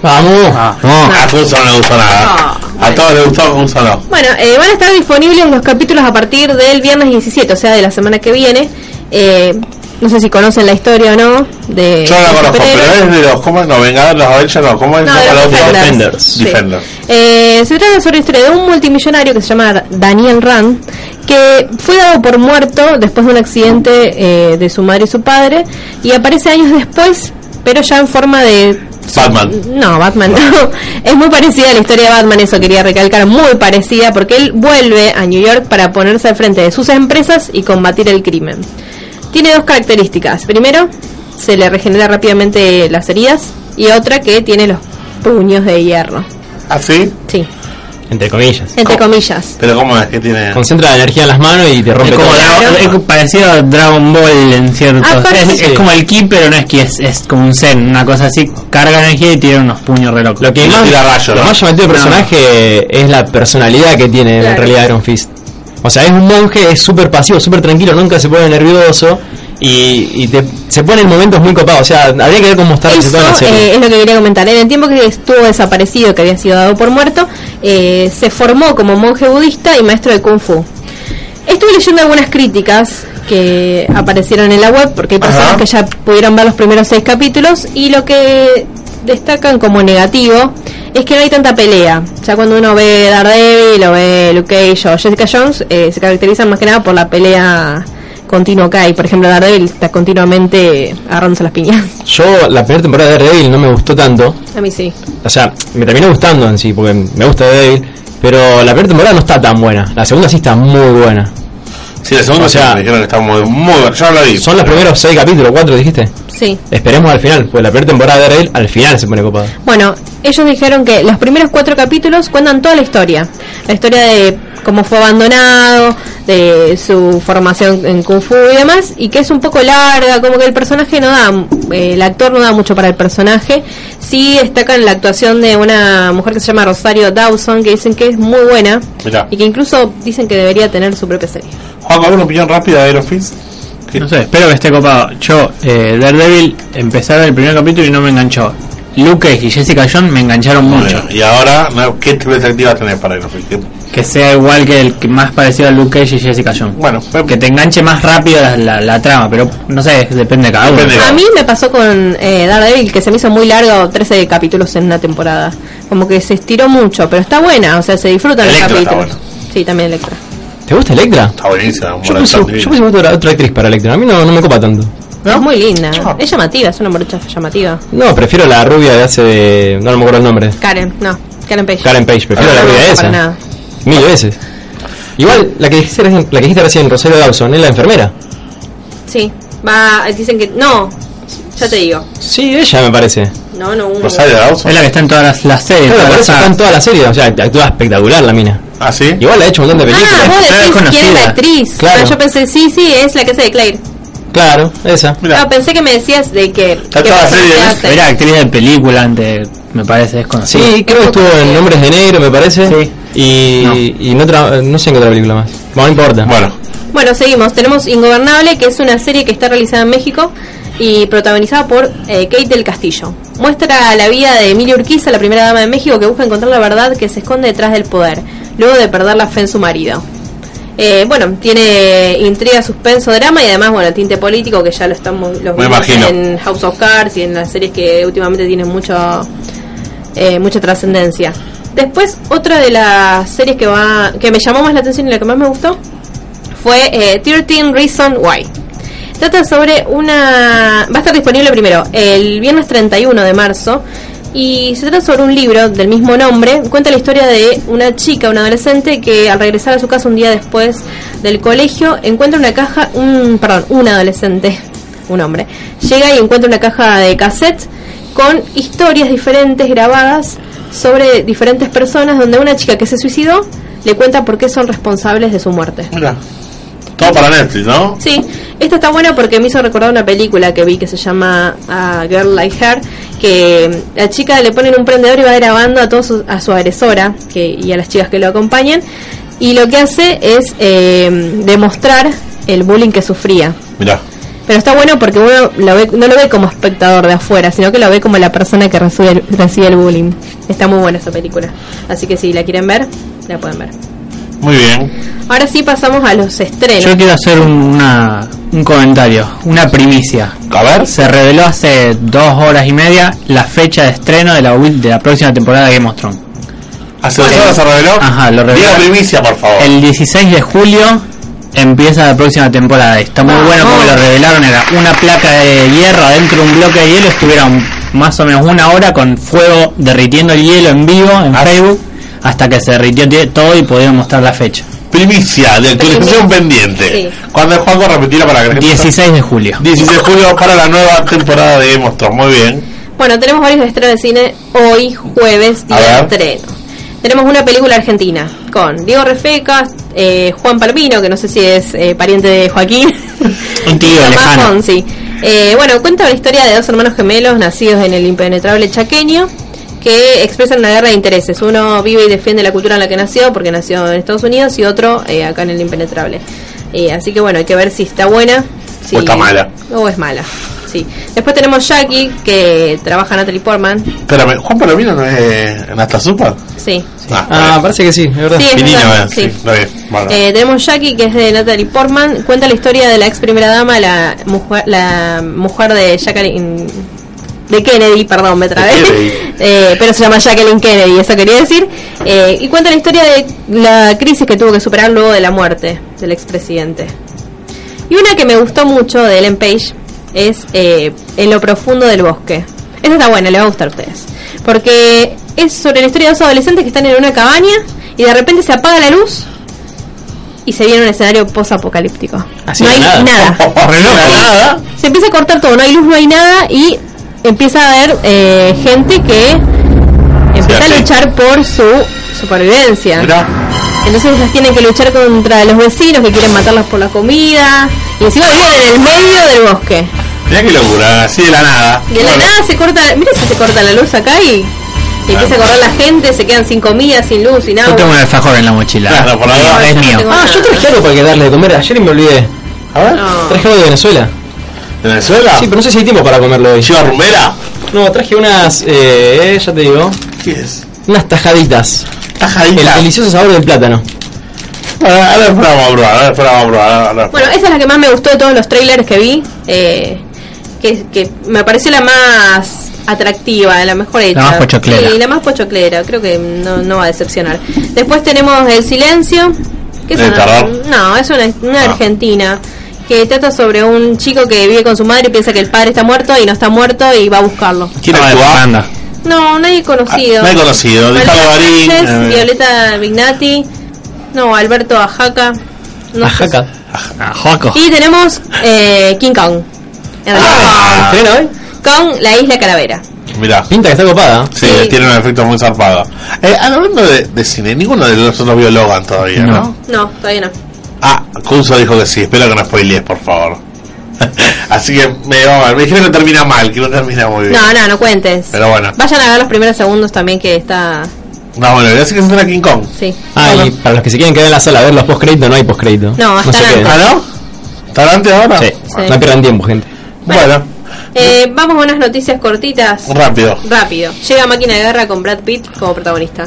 [SPEAKER 7] Vamos.
[SPEAKER 6] No,
[SPEAKER 8] Ah.
[SPEAKER 6] a Tuso no le gustó nada.
[SPEAKER 8] No.
[SPEAKER 6] A todos les gustó, a Tuso no.
[SPEAKER 8] Bueno, eh, van a estar disponibles los capítulos a partir del viernes 17, o sea, de la semana que viene. Eh, no sé si conocen la historia o no. De
[SPEAKER 6] Yo no la
[SPEAKER 8] de
[SPEAKER 6] conozco,
[SPEAKER 8] superhéroes.
[SPEAKER 6] pero es de los. ¿Cómo es? No, Vengadores, los Avengers, no. ¿Cómo es?
[SPEAKER 8] No, de
[SPEAKER 6] Los
[SPEAKER 8] los
[SPEAKER 6] otros-
[SPEAKER 8] Defenders. Sí.
[SPEAKER 6] Defenders.
[SPEAKER 8] Eh, se trata sobre la historia de un multimillonario que se llama Daniel Rand, que fue dado por muerto después de un accidente eh, de su madre y su padre, y aparece años después, pero ya en forma de
[SPEAKER 6] Batman.
[SPEAKER 8] no, Batman no. Es muy parecida a la historia de Batman, eso quería recalcar, muy parecida, porque él vuelve a New York para ponerse al frente de sus empresas y combatir el crimen. Tiene dos características. Primero, se le regenera rápidamente las heridas y otra que tiene los puños de hierro.
[SPEAKER 6] ¿Así?
[SPEAKER 8] Sí,
[SPEAKER 7] Entre comillas.
[SPEAKER 8] entre comillas.
[SPEAKER 6] ¿Ah, Pero ¿cómo es que tiene?
[SPEAKER 7] Concentra la energía en las manos y te
[SPEAKER 9] Es
[SPEAKER 7] rompe
[SPEAKER 9] como
[SPEAKER 7] todo.
[SPEAKER 9] Dra- es parecido a Dragon Ball en cierto.
[SPEAKER 8] Aparte-
[SPEAKER 9] Es, es como el ki, pero no es ki, es, es como un zen, una cosa así. Carga energía y tiene unos puños re locos.
[SPEAKER 7] Lo que
[SPEAKER 6] Y
[SPEAKER 7] más,
[SPEAKER 6] tira rayos,
[SPEAKER 7] lo
[SPEAKER 6] ¿no?
[SPEAKER 7] más llamativo del
[SPEAKER 9] No.
[SPEAKER 7] personaje es la personalidad que tiene en
[SPEAKER 8] Claro.
[SPEAKER 7] realidad Iron Fist. O sea, es un monje, es súper pasivo, súper tranquilo, nunca se pone nervioso y, y te- se pone en momentos muy copados. O sea, habría que ver cómo está
[SPEAKER 8] Eso
[SPEAKER 7] presentado en la serie.
[SPEAKER 8] eh, es lo que quería comentar. En el tiempo que estuvo desaparecido, que había sido dado por muerto, eh, se formó como monje budista y maestro de kung fu. Estuve leyendo algunas críticas que aparecieron en la web, porque hay personas
[SPEAKER 6] Ajá.
[SPEAKER 8] que ya pudieron ver los primeros seis capítulos, y lo que destacan como negativo es que no hay tanta pelea. Ya cuando uno ve Daredevil, o ve Luke Cage o Jessica Jones, eh, se caracterizan más que nada por la pelea continua que hay. Por ejemplo, Daredevil está continuamente agarrándose las piñas.
[SPEAKER 7] Yo la primera temporada de Daredevil no me gustó tanto.
[SPEAKER 8] A mí sí.
[SPEAKER 7] O sea, me terminó gustando en sí, porque me gusta Daredevil. Pero la primera temporada no está tan buena. La segunda sí está muy buena.
[SPEAKER 6] Sí, la segunda
[SPEAKER 7] O sea-
[SPEAKER 6] sí, me dijeron que está muy, muy bueno. Yo no la vi.
[SPEAKER 7] Son los primeros seis capítulos, cuatro dijiste.
[SPEAKER 8] Sí.
[SPEAKER 7] Esperemos al final, pues la primera temporada de Daredevil al final se pone copada.
[SPEAKER 8] Bueno, ellos dijeron que los primeros cuatro capítulos cuentan toda la historia. La historia de cómo fue abandonado, de su formación en Kung Fu y demás, y que es un poco larga, como que el personaje no da, eh, el actor no da mucho para el personaje. Sí destacan la actuación de una mujer que se llama Rosario Dawson, que dicen que es muy buena,
[SPEAKER 6] Mirá.
[SPEAKER 8] y que incluso dicen que debería tener su propia serie.
[SPEAKER 6] Juan, ¿con una opinión rápida de Iron Fist?
[SPEAKER 9] No sé, espero que esté copado. Yo, eh, Daredevil, empecé a ver el primer capítulo y no me enganchó. Luke Cage y Jessica Jones me engancharon mucho.
[SPEAKER 6] Y ahora, no, ¿qué perspectiva tenés para Iron Fist? Que-
[SPEAKER 9] Que sea igual que el que más parecido a Luke Cage y Jessica Jones.
[SPEAKER 6] Bueno, eh, me-
[SPEAKER 9] que te enganche más rápido la, la- la trama, pero no sé, depende de cada uno.
[SPEAKER 6] Depende.
[SPEAKER 8] A mí me pasó con eh, Daredevil que se me hizo muy largo, 13 capítulos en una temporada. Como que se estiró mucho, pero está buena, o sea, se disfrutan los
[SPEAKER 6] Electra está
[SPEAKER 8] capítulos. Sí, también Electra.
[SPEAKER 7] ¿Te gusta Electra?
[SPEAKER 6] Está buenísima. un
[SPEAKER 7] Yo
[SPEAKER 6] buen
[SPEAKER 7] puse,
[SPEAKER 6] actor,
[SPEAKER 7] yo
[SPEAKER 6] divino.
[SPEAKER 7] puse otra, otra actriz para Electra, a mí no, no me copa tanto.
[SPEAKER 8] Es muy linda.
[SPEAKER 6] Ah.
[SPEAKER 8] Es llamativa, es una muchacha llamativa.
[SPEAKER 7] No, prefiero la rubia de hace de... no, no me acuerdo el nombre.
[SPEAKER 8] Karen, no, Karen Page.
[SPEAKER 7] Karen Page, prefiero
[SPEAKER 6] Ah,
[SPEAKER 7] la
[SPEAKER 8] no,
[SPEAKER 7] rubia
[SPEAKER 8] para
[SPEAKER 7] esa.
[SPEAKER 8] nada.
[SPEAKER 7] Mil veces. Igual, la que dijiste recién, la que dijiste recién Rosario Dawson, es la enfermera.
[SPEAKER 8] Sí, va, dicen que no, ya te digo.
[SPEAKER 7] Sí, ella me parece.
[SPEAKER 8] No, no, uno.
[SPEAKER 6] Rosario Dawson.
[SPEAKER 9] Es la que está en todas las, las series.
[SPEAKER 7] Pero me
[SPEAKER 9] todas las
[SPEAKER 7] parece que está en
[SPEAKER 9] sagas.
[SPEAKER 7] toda la serie, o sea, actúa espectacular la mina.
[SPEAKER 6] ¿Ah, sí?
[SPEAKER 7] Igual ha hecho un montón de
[SPEAKER 8] Ah,
[SPEAKER 7] películas.
[SPEAKER 8] vos
[SPEAKER 9] Está
[SPEAKER 8] decís quién es la
[SPEAKER 9] desconocida.
[SPEAKER 8] actriz.
[SPEAKER 7] Claro.
[SPEAKER 8] Ah, yo pensé, sí, sí, es la que hace de Claire.
[SPEAKER 7] claro, esa.
[SPEAKER 6] Mirá.
[SPEAKER 8] Ah, pensé que me decías de que.
[SPEAKER 6] Está
[SPEAKER 8] que
[SPEAKER 6] toda la
[SPEAKER 8] personaje
[SPEAKER 6] serie, ¿eh?
[SPEAKER 8] hace.
[SPEAKER 9] Era actriz de película, de me parece, desconocido.
[SPEAKER 7] Sí, creo que estuvo en Nombres de Negro, me parece.
[SPEAKER 9] Sí.
[SPEAKER 7] Y,
[SPEAKER 9] No.
[SPEAKER 7] y en otra, no sé en qué otra película más. Bueno, no importa.
[SPEAKER 6] Bueno,
[SPEAKER 8] Bueno, seguimos. Tenemos Ingobernable, que es una serie que está realizada en México y protagonizada por eh, Kate del Castillo. Muestra la vida de Emilia Urquiza, la primera dama de México, que busca encontrar la verdad que se esconde detrás del poder, luego de perder la fe en su marido. Eh, bueno, tiene intriga, suspenso, drama y además, bueno, tinte político que ya lo estamos lo
[SPEAKER 6] Me
[SPEAKER 8] vimos
[SPEAKER 6] imagino.
[SPEAKER 8] en House of Cards y en las series que últimamente tienen mucho eh, mucha trascendencia. Después, otra de las series que va que me llamó más la atención y la que más me gustó fue eh, 13 Reason Why. Trata sobre una... Va a estar disponible primero el viernes 31 de marzo y se trata sobre un libro del mismo nombre. Cuenta la historia de una chica, una adolescente, que al regresar a su casa un día después del colegio encuentra una caja, un, perdón, un adolescente, un hombre, llega y encuentra una caja de cassette con historias diferentes grabadas sobre diferentes personas donde una chica que se suicidó le cuenta por qué son responsables de su muerte.
[SPEAKER 6] mira. Todo para Netflix, ¿no?
[SPEAKER 8] Sí, esta está buena porque me hizo recordar una película que vi que se llama A Girl Like Her, que la chica le ponen un prendedor y va grabando a todos sus- a su agresora que, y a las chicas que lo acompañan y lo que hace es eh, demostrar el bullying que sufría.
[SPEAKER 6] Mira.
[SPEAKER 8] Pero está bueno porque uno lo ve- no lo ve como espectador de afuera, sino que lo ve como la persona que recibe el, recibe el bullying. Está muy buena esa película. Así que si la quieren ver, la pueden ver.
[SPEAKER 6] Muy bien.
[SPEAKER 8] Ahora sí pasamos a los estrenos.
[SPEAKER 9] Yo quiero hacer un, una- un comentario, una primicia.
[SPEAKER 6] A ver.
[SPEAKER 9] Se reveló hace dos horas y media la fecha de estreno de la, ul- de la próxima temporada de Game of Thrones.
[SPEAKER 6] Hace dos horas se reveló.
[SPEAKER 9] Ajá, lo reveló.
[SPEAKER 6] Diga primicia, por favor.
[SPEAKER 9] El 16 de julio empieza la próxima temporada. y Está muy bueno porque lo revelaron. Era una placa de hierro adentro de un bloque de hielo. Estuvieron más o menos una hora con fuego derritiendo el hielo en vivo en Facebook hasta que se derritió tie- todo y pudieron mostrar la fecha.
[SPEAKER 6] Primicia de actualización pendiente.
[SPEAKER 8] Sí.
[SPEAKER 6] Cuando el juego repetirá para que la gente-
[SPEAKER 9] 16 de julio.
[SPEAKER 6] 16 de julio para la nueva temporada de Game of Thrones. Muy bien.
[SPEAKER 8] Bueno, tenemos varios estrenos de cine hoy, jueves,
[SPEAKER 6] A
[SPEAKER 8] día
[SPEAKER 6] ver.
[SPEAKER 8] de estreno. Tenemos una película argentina con Diego Refecas, eh, Juan Palmino, que no sé si es eh, pariente de Joaquín.
[SPEAKER 9] Un tío
[SPEAKER 8] Tomás
[SPEAKER 9] lejano.
[SPEAKER 8] Fonsi. Eh, bueno, cuenta la historia de dos hermanos gemelos nacidos en el impenetrable chaqueño que expresan una guerra de intereses. Uno vive y defiende la cultura en la que nació, porque nació en Estados Unidos, y otro eh, acá en el impenetrable. Eh, así que bueno, hay que ver si está buena. si-
[SPEAKER 6] O está mala.
[SPEAKER 8] O es mala. Sí. Después tenemos Jackie, que trabaja Natalie Portman.
[SPEAKER 6] Espérame, Juan Palomino no es en hasta supa.
[SPEAKER 8] Sí.
[SPEAKER 7] Ah, parece que sí, es verdad.
[SPEAKER 8] Sí, es
[SPEAKER 6] Pinino,
[SPEAKER 8] verdad,
[SPEAKER 6] eh, sí, está bien, bueno.
[SPEAKER 8] Eh, tenemos Jackie, que es de Natalie Portman. Cuenta la historia de la ex primera dama, la mujer, la mujer de Jacqueline. De Kennedy, perdón, me trabé.
[SPEAKER 6] De Kennedy.
[SPEAKER 8] Eh, pero se llama Jacqueline Kennedy, eso quería decir. Eh, y cuenta la historia de la crisis que tuvo que superar luego de la muerte del expresidente. Y una que me gustó mucho de Ellen Page es eh, En lo profundo del bosque. Esa está buena, le va a gustar a ustedes. Porque es sobre la historia de dos adolescentes que están en una cabaña y de repente se apaga la luz y se viene un escenario posapocalíptico.
[SPEAKER 7] Así
[SPEAKER 8] No
[SPEAKER 7] de
[SPEAKER 8] hay
[SPEAKER 7] nada.
[SPEAKER 8] nada.
[SPEAKER 6] Reloj, nada.
[SPEAKER 8] Se empieza a cortar todo, no hay luz, no hay nada y empieza a haber eh, gente que empieza
[SPEAKER 6] Sí,
[SPEAKER 8] a
[SPEAKER 6] así.
[SPEAKER 8] luchar por su supervivencia.
[SPEAKER 6] Mira,
[SPEAKER 8] Entonces ellas tienen que luchar contra los vecinos que quieren matarlas por la comida. Y encima viven en el medio del bosque.
[SPEAKER 6] mira qué locura, así de la nada.
[SPEAKER 8] Y de la
[SPEAKER 6] Bueno,
[SPEAKER 8] nada se corta, mira si se corta la luz acá y, y empieza a correr la gente, se quedan sin comida, sin luz, sin
[SPEAKER 9] Yo
[SPEAKER 8] agua.
[SPEAKER 9] tengo un alfajor en la mochila.
[SPEAKER 6] Claro, por la duda.
[SPEAKER 9] es
[SPEAKER 8] No
[SPEAKER 9] mío.
[SPEAKER 8] tengo
[SPEAKER 7] Ah,
[SPEAKER 8] nada.
[SPEAKER 7] yo traje algo para que darle de comer. Ayer me olvidé.
[SPEAKER 6] A ver,
[SPEAKER 8] No.
[SPEAKER 7] Traje algo de Venezuela.
[SPEAKER 6] ¿Venezuela?
[SPEAKER 7] Sí, pero no sé si hay tiempo para comerlo hoy.
[SPEAKER 6] ¿Chiva Rumbera?
[SPEAKER 7] No, traje unas, eh, ya te digo,
[SPEAKER 6] ¿Qué es?
[SPEAKER 7] unas tajaditas. El
[SPEAKER 6] Tajadita.
[SPEAKER 7] delicioso sabor del plátano.
[SPEAKER 6] Ahora ahora después la vamos a probar, ahora después la vamos a probar. ahora- ahora-
[SPEAKER 8] Bueno, esa es la que más me gustó de todos los trailers que vi. eh, que, que me pareció la más atractiva, la mejor hecha.
[SPEAKER 9] más pochoclera.
[SPEAKER 8] Sí, la más pochoclera. Creo que no, no va a decepcionar. Después tenemos El Silencio. Que es
[SPEAKER 6] ¿De
[SPEAKER 8] una,
[SPEAKER 6] terror?
[SPEAKER 8] no, es una, una
[SPEAKER 6] Ah.
[SPEAKER 8] argentina. Que trata sobre un chico que vive con su madre y piensa que el padre está muerto y no está muerto y va a buscarlo.
[SPEAKER 6] ¿Quién
[SPEAKER 9] Estaba de
[SPEAKER 6] actúa?
[SPEAKER 9] Fernanda.
[SPEAKER 8] No, nadie conocido.
[SPEAKER 6] Ah, nadie conocido,
[SPEAKER 8] Violeta
[SPEAKER 6] Ricardo Darín,
[SPEAKER 8] Sánchez,
[SPEAKER 6] eh,
[SPEAKER 8] Violeta Vignati. No, Alberto Ajaca. No sé
[SPEAKER 7] Ajaca.
[SPEAKER 9] Ah, Joaco.
[SPEAKER 8] y tenemos eh, King Kong. En realidad,
[SPEAKER 6] Ah.
[SPEAKER 7] ¿Estrena hoy?
[SPEAKER 8] Kong, la isla calavera.
[SPEAKER 6] Mirá.
[SPEAKER 7] Pinta que está copada.
[SPEAKER 6] Sí,
[SPEAKER 8] Sí.
[SPEAKER 6] tiene un efecto muy zarpado. Eh, hablando de, de cine, ninguno de nosotros vio Logan todavía, ¿no?
[SPEAKER 8] No, todavía no.
[SPEAKER 6] Ah, Cuso dijo que sí, espero que no spoilees, por favor. Así que me, vamos a ver, me dijeron que termina mal, que no termina muy bien.
[SPEAKER 8] No, no, no cuentes.
[SPEAKER 6] Pero bueno.
[SPEAKER 8] Vayan a ver los primeros segundos también que está.
[SPEAKER 6] No, bueno, así que se suena King Kong.
[SPEAKER 8] Sí.
[SPEAKER 7] Ah, y para los que se quieren quedar en la sala a ver los post-créditos, no hay post-créditos.
[SPEAKER 8] No, hasta
[SPEAKER 7] se
[SPEAKER 8] antes.
[SPEAKER 6] ¿Ah,
[SPEAKER 7] queden.
[SPEAKER 6] no? ¿Está antes ahora?
[SPEAKER 7] Sí,
[SPEAKER 8] Sí.
[SPEAKER 7] no pierdan tiempo, gente.
[SPEAKER 6] Bueno,
[SPEAKER 8] Eh, vamos a unas noticias cortitas.
[SPEAKER 6] rápido.
[SPEAKER 8] Rápido. Llega Máquina de Guerra con Brad Pitt como protagonista.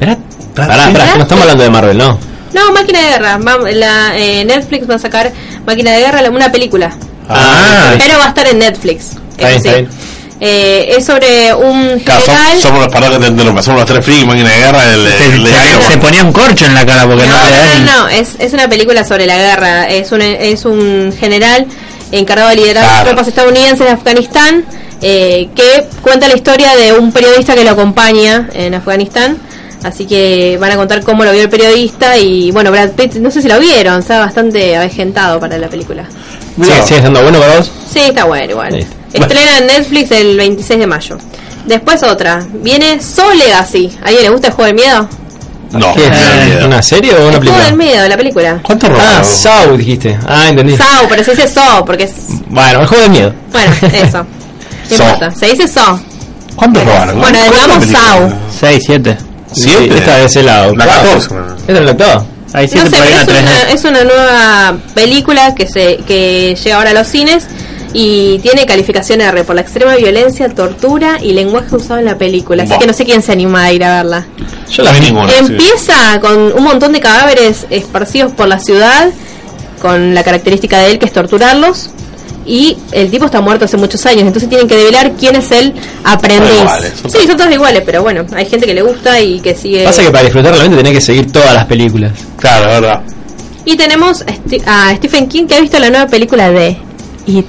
[SPEAKER 7] Pará, pará, pará, que no estamos hablando de Marvel, ¿no?
[SPEAKER 8] No, Máquina de Guerra. Va- la, eh, Netflix va a sacar Máquina de Guerra, la- una película.
[SPEAKER 6] Ah,
[SPEAKER 8] Pero va a estar en Netflix.
[SPEAKER 7] Está bien,
[SPEAKER 8] Eso sí.
[SPEAKER 7] está bien.
[SPEAKER 8] Eh, es sobre un
[SPEAKER 6] Claro, som-
[SPEAKER 8] general.
[SPEAKER 6] somos los parados que te entendemos, somos los tres frikis, máquina de guerra, el,
[SPEAKER 9] Se,
[SPEAKER 6] el de Iron
[SPEAKER 9] se- se
[SPEAKER 6] Man.
[SPEAKER 9] ponía un corcho en la cara porque
[SPEAKER 8] No,
[SPEAKER 9] no, le
[SPEAKER 8] no,
[SPEAKER 9] da
[SPEAKER 8] no, no, Es, es una película sobre la guerra. Es un, es un general encargado de liderar
[SPEAKER 6] Claro.
[SPEAKER 8] tropas estadounidenses en Afganistán eh, que cuenta la historia de un periodista que lo acompaña en Afganistán. Así que van a contar cómo lo vio el periodista y bueno, Brad Pitt, no sé si lo vieron, está bastante avejentado para la película.
[SPEAKER 6] Mira.
[SPEAKER 7] ¿Sigue, sigue estando bueno para vos?
[SPEAKER 8] Sí, está bueno igual.
[SPEAKER 7] Ahí.
[SPEAKER 8] Estrena en Netflix el 26 de mayo. Después otra. Viene Soul Legacy. ¿A alguien le gusta el juego del miedo?
[SPEAKER 6] No,
[SPEAKER 7] ¿Qué es?
[SPEAKER 6] me da miedo.
[SPEAKER 7] ¿Una serie o una
[SPEAKER 8] el juego del
[SPEAKER 7] película?
[SPEAKER 8] miedo, la película.
[SPEAKER 6] ¿Cuánto
[SPEAKER 7] Ah,
[SPEAKER 6] robaron?
[SPEAKER 7] Saw, dijiste. Ah, entendí.
[SPEAKER 8] Sao, pero se dice So, porque es
[SPEAKER 7] Bueno, el juego de miedo.
[SPEAKER 8] Bueno, eso. No
[SPEAKER 6] So.
[SPEAKER 8] importa. Se dice so.
[SPEAKER 6] ¿Cuánto robaron?
[SPEAKER 8] Bueno,
[SPEAKER 6] ¿Cuántas
[SPEAKER 8] digamos
[SPEAKER 6] películas?
[SPEAKER 8] Sao.
[SPEAKER 9] 6, 7.
[SPEAKER 6] ¿Siete?
[SPEAKER 7] Sí, esta es el lado.
[SPEAKER 6] La 14.
[SPEAKER 7] Esta es la octava.
[SPEAKER 9] Hay
[SPEAKER 8] No
[SPEAKER 9] 7
[SPEAKER 8] sé,
[SPEAKER 9] por ahí
[SPEAKER 8] pero
[SPEAKER 9] una
[SPEAKER 8] es
[SPEAKER 9] 3.
[SPEAKER 8] una, es una nueva película que, se, que llega ahora a los cines y tiene calificación R por la extrema violencia, tortura y lenguaje usado en la película. Así
[SPEAKER 6] Buah.
[SPEAKER 8] que no sé quién se anima a ir a verla.
[SPEAKER 6] Yo la vi ninguna.
[SPEAKER 8] Empieza con un montón de cadáveres esparcidos por la ciudad, con la característica de él que es torturarlos. Y el tipo está muerto hace muchos años, entonces tienen que develar quién es el aprendiz.
[SPEAKER 6] iguales, son
[SPEAKER 8] sí, son todos iguales, pero bueno, hay gente que le gusta y que sigue.
[SPEAKER 7] Pasa que para disfrutar realmente tenés que seguir todas las películas.
[SPEAKER 6] Claro, es verdad.
[SPEAKER 8] Y tenemos a Sti- a Stephen King que ha visto la nueva película de It.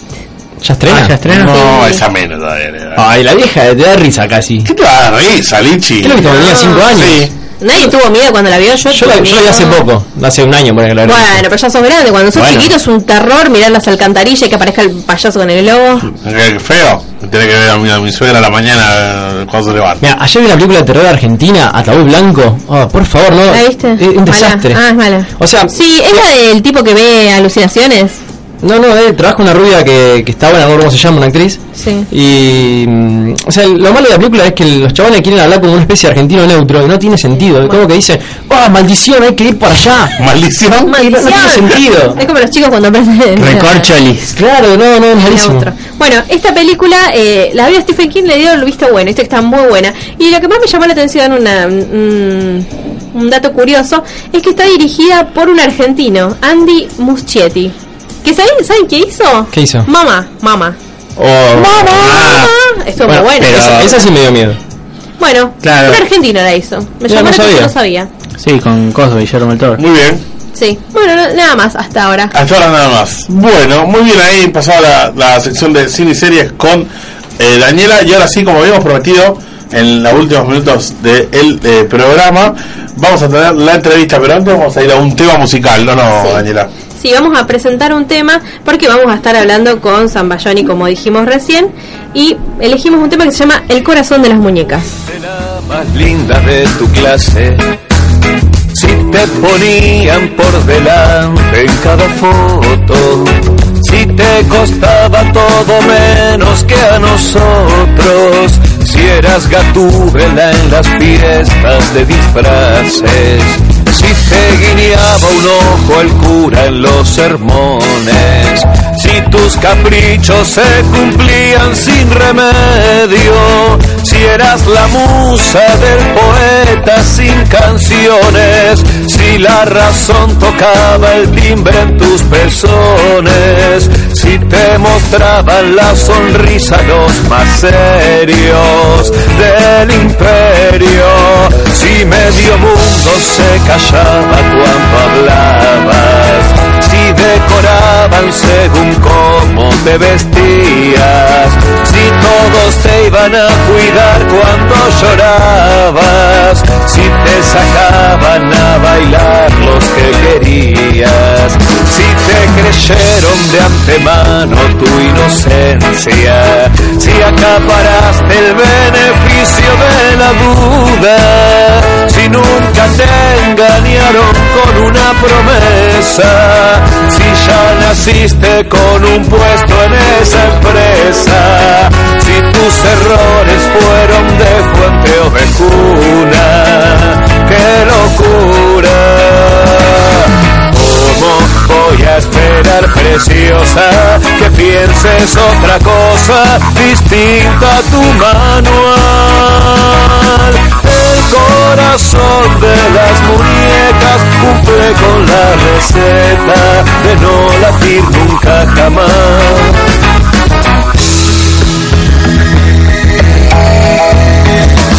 [SPEAKER 7] ¿Ya estrena?
[SPEAKER 9] Ah, ya estrena.
[SPEAKER 6] No,
[SPEAKER 8] Sí.
[SPEAKER 6] esa menos todavía. le da.
[SPEAKER 7] Ay, la vieja, te da risa casi.
[SPEAKER 6] ¿Qué te vas a reír, Salichi?
[SPEAKER 7] ¿Qué lo viste cuando
[SPEAKER 8] Ah,
[SPEAKER 7] tenía 5 años?
[SPEAKER 6] Sí.
[SPEAKER 8] Nadie tuvo miedo cuando la vio, yo,
[SPEAKER 7] Yo la,
[SPEAKER 8] tuve
[SPEAKER 7] yo la vi hace
[SPEAKER 8] miedo.
[SPEAKER 7] poco, hace un año por ejemplo. la
[SPEAKER 8] Bueno, pero ya sos grande, cuando sos
[SPEAKER 7] Bueno.
[SPEAKER 8] chiquito es un terror mirar las alcantarillas y que aparezca el payaso con el globo.
[SPEAKER 6] Qué feo. Tiene que ver a mi, a mi suegra a la mañana eh, cuando se levanta.
[SPEAKER 7] Mira, ayer vi una película de terror argentina, Ataúd Blanco. Oh, por favor, no.
[SPEAKER 8] ¿La viste?
[SPEAKER 7] Es un
[SPEAKER 8] Mala.
[SPEAKER 7] desastre.
[SPEAKER 8] Ah, es mala.
[SPEAKER 7] O sea,
[SPEAKER 8] Sí, es la del tipo que ve alucinaciones.
[SPEAKER 7] no, no, eh, trabaja una rubia que, que está buena, no sé cómo se llama, una actriz.
[SPEAKER 8] Sí.
[SPEAKER 7] Y. mm, O sea, lo malo de la película es que los chavales quieren hablar como una especie de argentino neutro y no tiene sentido. Es como que dicen, ¡ah, maldición, hay que ir para allá!
[SPEAKER 6] Maldición.
[SPEAKER 7] no tiene sentido.
[SPEAKER 8] Es como los chicos cuando aprenden.
[SPEAKER 7] Recorcholis. Claro, no, no, es
[SPEAKER 8] Era
[SPEAKER 7] malísimo.
[SPEAKER 8] otro. Bueno, esta película eh, la vio Stephen King, le dio el visto bueno, esta está muy buena. Y lo que más me llamó la atención, una, un, un dato curioso, es que está dirigida por un argentino, Andy Muschietti. ¿Que saben, ¿Saben qué hizo?
[SPEAKER 7] ¿Qué hizo?
[SPEAKER 8] Mamá, mamá.
[SPEAKER 7] O-
[SPEAKER 8] ¡Mamá! Estuvo
[SPEAKER 7] Oh, Ah. Bueno,
[SPEAKER 8] muy bueno.
[SPEAKER 7] esa, esa sí me dio miedo.
[SPEAKER 8] Bueno,
[SPEAKER 9] Claro.
[SPEAKER 8] un argentino la hizo. Me
[SPEAKER 7] Ya,
[SPEAKER 8] llamó
[SPEAKER 7] no
[SPEAKER 8] la atención,
[SPEAKER 7] sabía.
[SPEAKER 8] no sabía.
[SPEAKER 9] Sí, con Cosby, Guillermo del Toro.
[SPEAKER 6] Muy bien.
[SPEAKER 8] Sí. Bueno, no- nada más hasta ahora.
[SPEAKER 6] Hasta ahora nada más. Bueno, muy bien ahí pasaba la, la sección de cine y series con eh, Daniela y ahora sí, como habíamos prometido en los últimos minutos del programa, vamos a tener la entrevista, pero antes vamos a ir a un tema musical, ¿no, no,
[SPEAKER 8] Sí.
[SPEAKER 6] Daniela?
[SPEAKER 8] Sí, vamos a presentar un tema porque vamos a estar hablando con Zambayoni, como dijimos recién, y elegimos un tema que se llama El corazón de las muñecas.
[SPEAKER 10] la más linda de tu clase. Si te ponían por delante en cada foto, si te costaba todo menos que a nosotros, si eras gatúbela en las fiestas de disfraces, si te guiñaba un ojo el cura en los sermones, si tus caprichos se cumplían sin remedio, si eras la musa del poeta sin canciones, si la razón tocaba el timbre en tus pezones, si te mostraban la sonrisa los más serios del imperio, si medio mundo se callaba cuando hablabas, si decoraban según cómo te vestías, si todos te iban a cuidar cuando llorabas, si te sacaban a bailar los que querías, si te creyeron de antemano tu inocencia, si acaparaste el beneficio de la duda, si si nunca te engañaron con una promesa, si ya naciste con un puesto en esa empresa, si tus errores fueron de fuente o de cuna, qué locura. ¿Cómo voy a esperar, preciosa, que pienses otra cosa distinta a tu manual? El corazón de las muñecas cumple con la receta de no latir nunca jamás.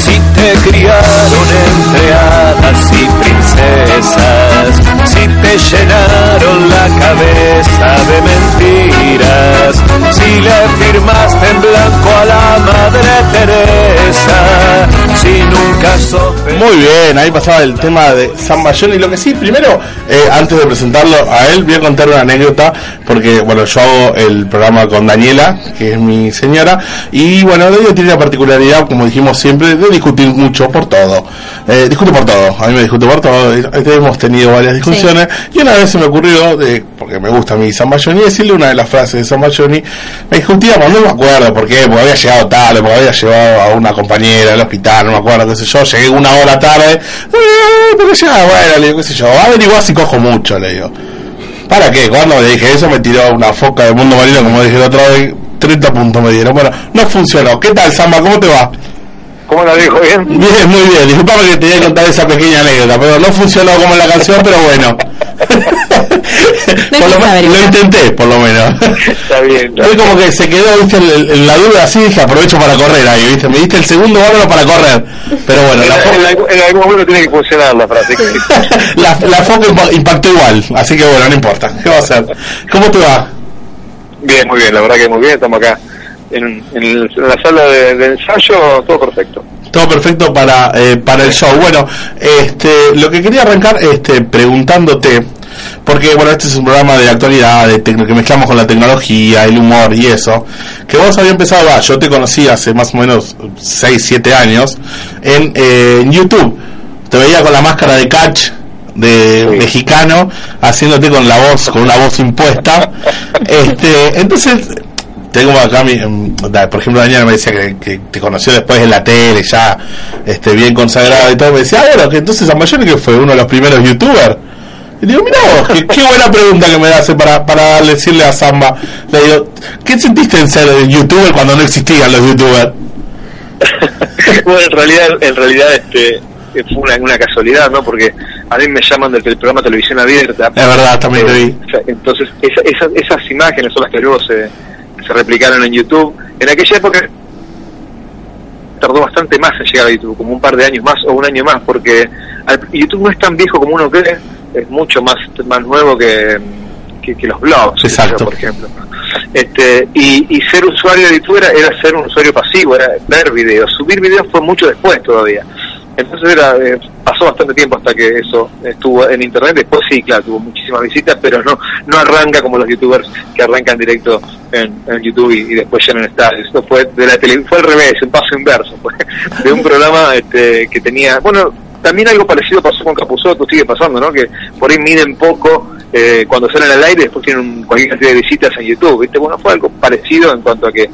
[SPEAKER 10] Si te criaron entre hadas y princesas, si te llenaron la cabeza de mentiras, si le firmaste en blanco a la madre Teresa, si nunca sope
[SPEAKER 6] Muy bien, ahí pasaba el tema de San Bayón y lo que sí, primero, eh, antes de presentarlo a él, voy a contar una anécdota, porque bueno, yo hago el programa con Daniela, que es mi señora, y bueno, ella tiene la particularidad, como dijimos siempre, de discutir mucho por todo. Eh, discute por todo, a mí me discute por todo, y hemos tenido varias discusiones, y una vez se me ocurrió, de, porque me gusta mi San Bayoni, decirle una de las frases de San Bayoni, me discutíamos, no me acuerdo por qué, porque había llegado tarde, porque había llevado a una compañera al hospital, no me acuerdo, qué sé yo, llegué una hora tarde, eh, porque ya, bueno, le digo, qué sé yo, averiguar si cojo mucho, le digo. ¿Para qué? Cuando le dije eso me tiró una foca del mundo marino, como dije la otra vez, 30 puntos me dieron. Bueno, no funcionó. ¿Qué tal, Samba? ¿Cómo te va?
[SPEAKER 10] ¿Cómo la dijo? ¿Bien?
[SPEAKER 6] Bien, muy bien. Disculpame que te voy a contar esa pequeña anécdota, pero no funcionó como en la canción, pero bueno. Por lo,
[SPEAKER 8] quise
[SPEAKER 6] menos lo
[SPEAKER 8] averiguar.
[SPEAKER 6] intenté, por lo menos.
[SPEAKER 10] Está bien.
[SPEAKER 6] Fue como que se quedó, viste, en, el- en la duda así, dije, aprovecho para correr ahí, viste. Me diste el segundo bárbaro para correr. Pero bueno, la, fo-
[SPEAKER 10] algún momento tiene que funcionar la frase.
[SPEAKER 6] la, la foca impa- impactó igual, así que bueno, no importa. ¿Qué va a hacer? ¿Cómo te va?
[SPEAKER 10] Bien, muy bien, la verdad que muy bien, estamos acá. En, la sala de, ensayo, todo perfecto.
[SPEAKER 6] Todo perfecto para, eh, para el show. Bueno, este, lo que quería arrancar este, preguntándote, porque bueno, este es un programa de actualidad, de tecno- que mezclamos con la tecnología, el humor y eso, que vos había empezado, va, yo te conocí hace más o menos 6, 7 años, en, eh, en YouTube. Te veía con la máscara de catch de
[SPEAKER 10] Sí.
[SPEAKER 6] mexicano, haciéndote con la voz, con una voz impuesta. este, entonces, tengo acá, mi, mm, da- por ejemplo, Daniela me decía que, que te conoció después en la tele, ya este, bien consagrado y todo. Me decía, ah, bueno, que entonces San Mayone que fue uno de los primeros youtubers. Y digo, mira vos, qué, qué buena pregunta que me hace para, para decirle a Samba. Le digo, ¿qué sentiste en ser youtuber cuando no existían los youtubers?
[SPEAKER 10] bueno, en realidad, en realidad este fue una, una casualidad, ¿no? Porque a mí me llaman del, del programa Televisión Abierta.
[SPEAKER 6] Es verdad, también lo vi.
[SPEAKER 10] O sea, Entonces, esa- esa- esas imágenes son las que luego se, se replicaron en YouTube. En aquella época tardó bastante más en llegar a YouTube, como un par de años más o un año más, porque al- YouTube no es tan viejo como uno cree, es mucho más, más nuevo que, que, que los blogs, qué sé yo,
[SPEAKER 6] Exacto.
[SPEAKER 10] por ejemplo. Este, y, y ser usuario de YouTube era, era ser un usuario pasivo, era ver videos. Subir videos fue mucho después todavía. Entonces era, eh, pasó bastante tiempo hasta que eso estuvo en internet. Después sí, claro, tuvo muchísimas visitas, pero no no arranca como los youtubers que arrancan directo en, en YouTube y, y después llenan estadios. Esto fue de la tele, fue al revés, un paso inverso. Fue de un programa este, que tenía, bueno, también algo parecido pasó con Capuzoto, sigue pasando, ¿no? Que por ahí miden poco eh, cuando salen al aire, después tienen un- cualquier cantidad de visitas en YouTube, ¿viste? Bueno, fue algo parecido en cuanto a que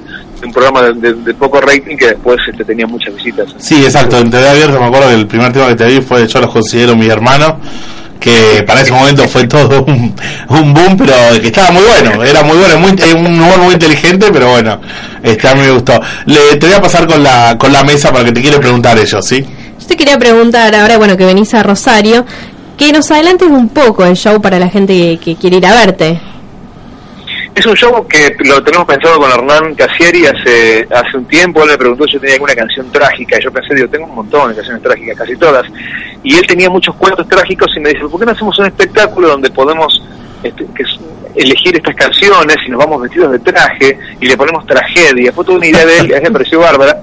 [SPEAKER 10] un programa de, de- de poco rating que después este, tenía muchas visitas.
[SPEAKER 6] Sí, exacto, en TV abierta me acuerdo que el primer tema que te vi fue Yo los considero mis hermanos, que para ese momento fue todo un, un boom, pero que estaba muy bueno, era muy bueno, muy, eh, un humor muy inteligente, pero bueno, este, a mí me gustó. Le, te voy a pasar con la, con la mesa para que te quiero preguntar ellos, ¿sí?
[SPEAKER 8] Yo te quería preguntar ahora, bueno, que venís a Rosario, que nos adelantes un poco el show para la gente que, que quiere ir a verte.
[SPEAKER 10] Es un show que lo tenemos pensado con Hernán Casieri hace, hace un tiempo. Él me preguntó si yo tenía alguna canción trágica. Y yo pensé, digo, tengo un montón de canciones trágicas, casi todas. Y él tenía muchos cuentos trágicos y me dice, ¿por qué no hacemos un espectáculo donde podemos este, que es- elegir estas canciones y nos vamos vestidos de traje y le ponemos tragedia? Fue toda una idea de él, a mí me pareció bárbara.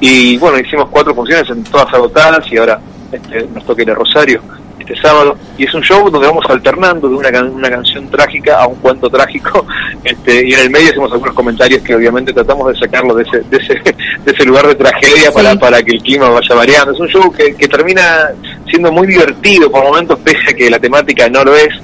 [SPEAKER 10] Y bueno, hicimos cuatro funciones, en todas agotadas y ahora este, nos toca ir a Rosario este sábado y es un show donde vamos alternando de una, can- una canción trágica a un cuento trágico este, y en el medio hacemos algunos comentarios que obviamente tratamos de sacarlo de ese, de ese, de ese lugar de tragedia para, para que el clima vaya variando es un show que, que termina siendo muy divertido por momentos, pese a que la temática no lo es,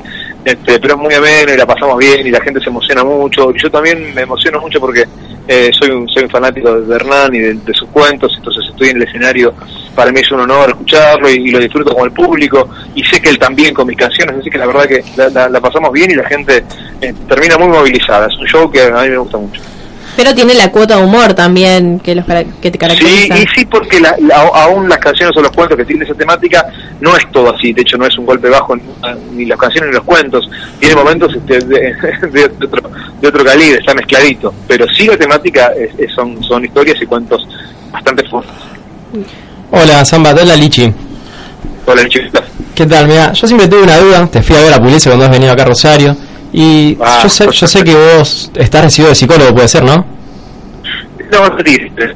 [SPEAKER 10] este, pero es muy ameno y la pasamos bien y la gente se emociona mucho. Y yo también me emociono mucho porque eh, soy, un, soy un fanático de Hernán y de, de sus cuentos, entonces estoy en el escenario, para mí es un honor escucharlo y, y lo disfruto con el público y sé que él también con mis canciones, así que la verdad que la, la- la pasamos bien y la gente eh, termina muy movilizada. Es un show que a mí me gusta mucho.
[SPEAKER 8] Pero tiene la cuota de humor también que, los, cara- que te
[SPEAKER 10] Sí,
[SPEAKER 8] caracteriza.
[SPEAKER 10] y sí, porque la- la- aún las canciones o los cuentos que tienen esa temática no es todo así. De hecho, no es un golpe bajo en- ni las canciones ni los cuentos. Tiene momentos este, de, de otro, de otro calibre, está mezcladito. Pero sí, la temática es- es- son, son historias y cuentos bastante fuertes.
[SPEAKER 7] Hola, Zamba, te habla Lichi.
[SPEAKER 10] Hola, chicos.
[SPEAKER 7] ¿Qué tal? Mira, yo siempre tuve una duda. Te fui a ver a Puliese cuando has venido acá a Rosario. Y yo, sé, yo sé que vos estás recibido de psicólogo, puede ser, ¿no?
[SPEAKER 10] No, no te dijiste.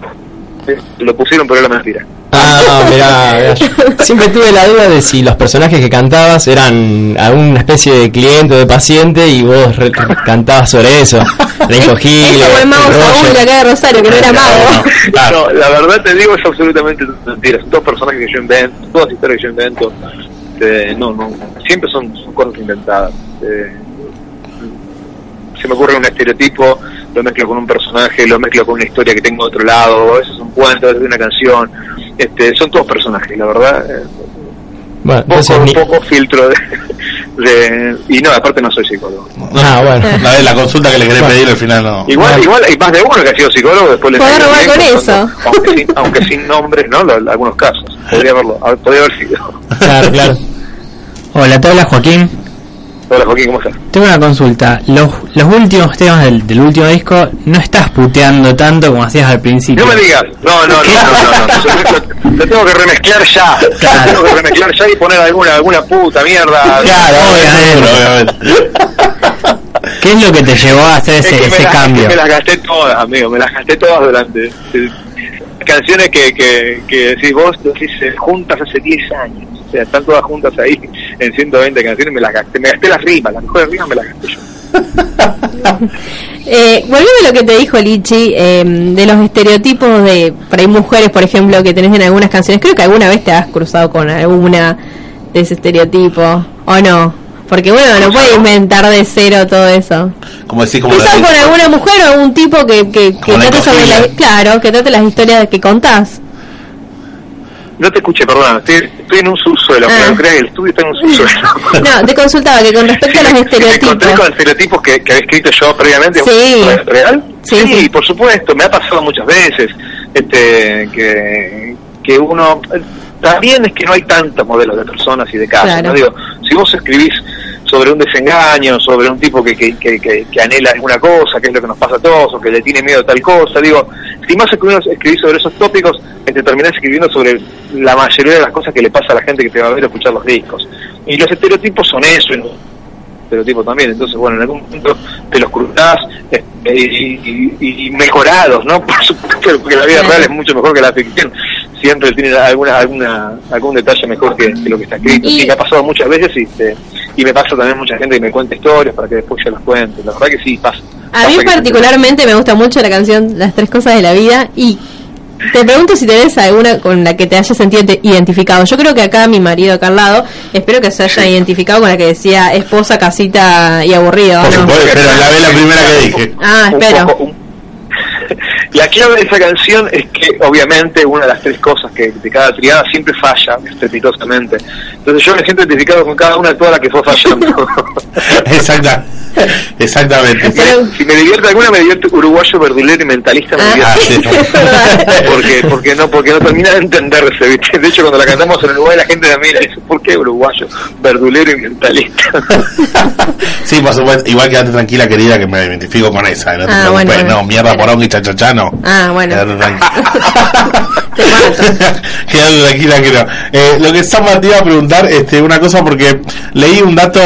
[SPEAKER 10] Lo pusieron, pero era mentira.
[SPEAKER 7] Ah, mirá, mirá. Siempre tuve la duda de si los personajes que cantabas eran alguna especie de cliente o de paciente y vos re- cantabas sobre eso. Renco Gil,
[SPEAKER 8] Es como el mago
[SPEAKER 7] Roger.
[SPEAKER 8] Saúl de acá de Rosario, que no era mago.
[SPEAKER 10] No, la verdad te digo, es absolutamente mentira. Son todos personajes que yo invento, todas historias que yo invento. Este, no, no. Siempre son, son cosas inventadas. Eh, se me ocurre un estereotipo, lo mezclo con un personaje, lo mezclo con una historia que tengo de otro lado, a veces un cuento, a veces una canción. Este, son todos personajes, la verdad. eh,
[SPEAKER 7] Bueno,
[SPEAKER 10] Poco,
[SPEAKER 7] entonces, ni-
[SPEAKER 10] poco filtro de, de- Y no, aparte no soy psicólogo.
[SPEAKER 7] Ah, bueno.
[SPEAKER 6] La de la consulta que le querés pedir al final no.
[SPEAKER 10] Igual, igual hay más de uno que ha sido psicólogo después le
[SPEAKER 8] Podés
[SPEAKER 10] salió
[SPEAKER 8] robar
[SPEAKER 10] bien,
[SPEAKER 8] con
[SPEAKER 10] contando, Aunque sin, aunque sin nombres, ¿no? Lo- lo- algunos casos. Podría haberlo, a- podría haber sido.
[SPEAKER 7] Claro, claro.
[SPEAKER 9] Hola, te habla Joaquín.
[SPEAKER 10] Hola Joaquín, ¿cómo estás?
[SPEAKER 9] Tengo una consulta. Los, los últimos temas del, del último disco no estás puteando tanto como hacías al principio.
[SPEAKER 10] No me digas, no, no, no, no, no, no. Yo Lo, lo tengo que remezclar ya, lo tengo que remezclar ya y poner alguna, alguna puta mierda.
[SPEAKER 9] obviamente. ¿Qué es lo que te llevó a hacer
[SPEAKER 10] Es
[SPEAKER 9] ese,
[SPEAKER 10] que me
[SPEAKER 9] ese
[SPEAKER 10] las-
[SPEAKER 9] cambio?
[SPEAKER 10] es que me las gasté todas, amigo, me las gasté todas durante. eh, Canciones que, que, que decís vos, decís eh, juntas hace 10 años. O sea, están todas juntas ahí en 120 canciones, me las gasté, me gasté las rimas, las mejores rimas me las gasté yo.
[SPEAKER 8] Eh, volviendo a lo que te dijo Lichi, eh, de los estereotipos de, para mujeres, por ejemplo, que tenés en algunas canciones, creo que alguna vez te has cruzado con alguna de ese estereotipo, ¿o no? Porque bueno, no puedes inventar de cero todo eso.
[SPEAKER 6] Como decís, como
[SPEAKER 8] Quizás
[SPEAKER 6] la-
[SPEAKER 8] con alguna mujer o un tipo que, que, que
[SPEAKER 6] Como la
[SPEAKER 8] trate sobre
[SPEAKER 6] encogida.
[SPEAKER 8] la- claro, que trate las historias que contás.
[SPEAKER 10] No te escuché, perdón, estoy, estoy en un subsuelo,
[SPEAKER 8] Ah.
[SPEAKER 10] pero creas que el estudio está en un subsuelo.
[SPEAKER 8] No, te consultaba que con respecto a
[SPEAKER 10] Si
[SPEAKER 8] los
[SPEAKER 10] me- si me encontré
[SPEAKER 8] estereotipos.
[SPEAKER 10] con estereotipos que, que había escrito yo previamente.
[SPEAKER 8] Sí.
[SPEAKER 10] ¿es ¿Real?
[SPEAKER 8] Sí, sí.
[SPEAKER 10] por supuesto. Me ha pasado muchas veces este que, que uno... También es que no hay tantos modelos de personas y de casos.
[SPEAKER 8] Claro.
[SPEAKER 10] ¿no? Digo, si vos escribís sobre un desengaño, sobre un tipo que, que, que, que- que anhela alguna cosa, que es lo que nos pasa a todos, o que le tiene miedo a tal cosa, digo, si más escribís, escribís sobre esos tópicos, eh, te terminás escribiendo sobre la mayoría de las cosas que le pasa a la gente que te va a ver o escuchar los discos. Y los estereotipos son eso, y no- estereotipos también. Entonces, bueno, en algún momento te los cruzás eh, y, y- y mejorados, ¿no? Por supuesto, porque la vida real es mucho mejor que la ficción. Siempre tiene alguna, alguna, algún detalle mejor que, que lo que está escrito.
[SPEAKER 8] Y-
[SPEAKER 10] Sí, me ha pasado muchas veces y, este, y me pasa también mucha gente que me cuenta historias para que después yo las cuente. La verdad que sí, pasa.
[SPEAKER 8] A mí
[SPEAKER 10] Pasa que-
[SPEAKER 8] particularmente me gusta mucho la canción Las tres cosas de la vida y te pregunto si tenés alguna con la que te hayas sentido te- identificado. Yo creo que acá mi marido acá al lado, espero que se haya identificado con la que decía esposa, casita y aburrido.
[SPEAKER 6] Por
[SPEAKER 8] ¿no?
[SPEAKER 6] supuesto, pero la ve la primera que dije.
[SPEAKER 8] Ah,
[SPEAKER 10] un
[SPEAKER 8] espero.
[SPEAKER 10] poco- un- La clave de esa canción es que, obviamente, una de las tres cosas que de cada triada siempre falla estrepitosamente. Entonces yo me siento identificado con cada una de todas las que fue fallando.
[SPEAKER 6] Exacta, exactamente.
[SPEAKER 8] Pero-
[SPEAKER 10] si me divierte alguna, me divierte uruguayo, verdulero y mentalista. Me
[SPEAKER 8] Ah,
[SPEAKER 10] divierte.
[SPEAKER 6] sí.
[SPEAKER 8] es verdad.
[SPEAKER 10] Porque, porque no porque no termina de entenderse, ¿viste? De hecho, cuando la cantamos en Uruguay, la gente la mira y dice, ¿por qué uruguayo, verdulero y mentalista?
[SPEAKER 6] Sí, por supuesto. Igual quédate tranquila, querida, que me identifico con esa. No te
[SPEAKER 8] Ah,
[SPEAKER 6] preocupes.
[SPEAKER 8] bueno, bueno.
[SPEAKER 6] No, mierda,
[SPEAKER 8] Bueno.
[SPEAKER 6] poronga y chachachá, no.
[SPEAKER 8] Ah, bueno.
[SPEAKER 6] Quédate tranquila.
[SPEAKER 8] Te mato.
[SPEAKER 6] Quédate tranquila que no. Eh, lo que Samba te iba a preguntar, este, una cosa, porque leí un dato,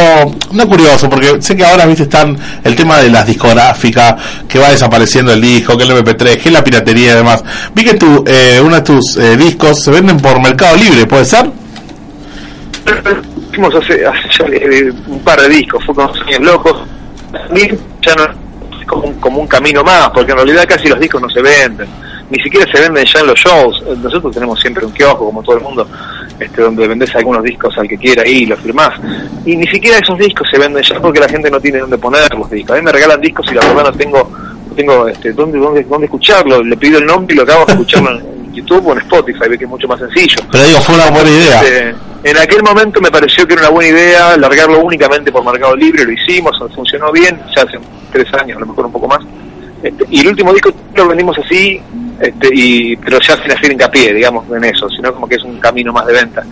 [SPEAKER 6] no curioso, porque sé que ahora, viste, están el tema de las discográficas, que va desapareciendo el disco, que el MP3, que la piratería y demás. Vi que tu, eh, uno de tus eh, discos se venden por Mercado Libre, ¿puede ser?
[SPEAKER 10] Hicimos hace, hace ya, eh, un par de discos, fue con Sueños Locos. También ya no es como, un- como un camino más, porque en realidad casi los discos no se venden. ni siquiera se venden ya en los shows. Nosotros tenemos siempre un kiosco, como todo el mundo, este, donde vendés algunos discos al que quiera y los firmás. Y ni siquiera esos discos se venden ya porque la gente no tiene dónde poner los discos. A mí me regalan discos y la verdad no tengo, no tengo este, dónde, dónde, dónde escucharlo. Le pido el nombre y lo acabo de escucharlo en, en YouTube o en Spotify, ve que es mucho más sencillo.
[SPEAKER 6] Pero digo, fue una buena idea.
[SPEAKER 10] Este, en aquel momento me pareció que era una buena idea largarlo únicamente por Mercado Libre, lo hicimos, funcionó bien, ya hace tres años, a lo mejor un poco más. Este, y el último disco lo vendimos así, este, y, pero ya sin hacer hincapié, digamos, en eso, sino como que es un camino más de venta.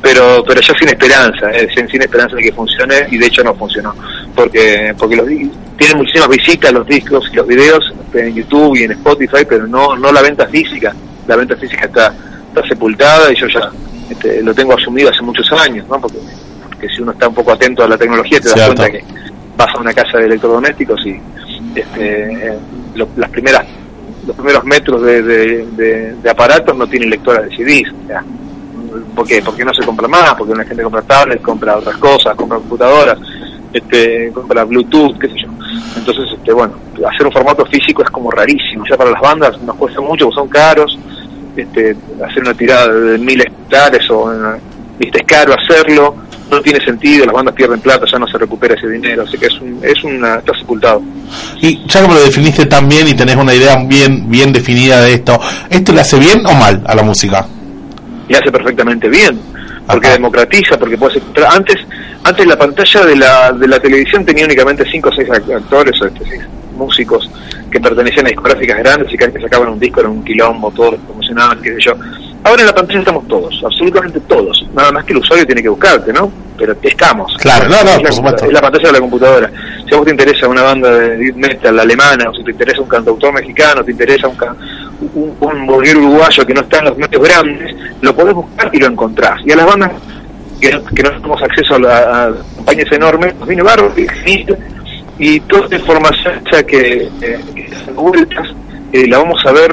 [SPEAKER 10] Pero pero ya sin esperanza, eh, sin, sin esperanza de que funcione, y de hecho no funcionó, porque porque los, di- tienen muchísimas visitas los discos y los videos este, en YouTube y en Spotify, pero no no la venta física. La venta física está, está sepultada y yo ya este, lo tengo asumido hace muchos años, ¿no? porque, porque si uno está un poco atento a la tecnología te das
[SPEAKER 6] Cierto.
[SPEAKER 10] cuenta que vas a una casa de electrodomésticos y este, eh, lo- las primeras los primeros metros de, de- de- de aparatos no tienen lectora de CDs. o sea, ¿Por qué? Porque no se compra más, porque la gente compra tablets, compra otras cosas, compra computadoras, este, compra Bluetooth, qué sé yo. Entonces, este, bueno, hacer un formato físico es como rarísimo. Ya para las bandas nos cuesta mucho, porque son caros. Este, hacer una tirada de mil hectáreas o eh, viste, es caro hacerlo. No tiene sentido, las bandas pierden plata, ya no se recupera ese dinero, así que es, un, es una, está sepultado.
[SPEAKER 6] Y ya que me lo definiste tan bien y tenés una idea bien bien definida de esto, ¿esto le hace bien o mal a la música?
[SPEAKER 10] y hace perfectamente bien porque democratiza porque puedes antes antes la pantalla de la, de la televisión tenía únicamente cinco o seis act- actores o este, seis músicos que pertenecían a discográficas grandes y cada vez que sacaban un disco era un quilombo todos los promocionaban qué sé yo ahora en la pantalla estamos todos absolutamente todos nada más que el usuario tiene que buscarte no pero estamos
[SPEAKER 6] Claro, no, no,
[SPEAKER 10] Es la-
[SPEAKER 6] por supuesto.
[SPEAKER 10] es la pantalla de la computadora si a vos te interesa una banda de death metal alemana o si te interesa un cantautor mexicano te interesa un, ca- un, un burguero uruguayo que no está en los medios grandes, lo podés buscar y lo encontrás. Y a las bandas que no, que no tenemos acceso a, la- a campañas enormes, nos vino barro y, genil, y toda esta información esa que, eh, que se hace vueltas, eh, la vamos a ver,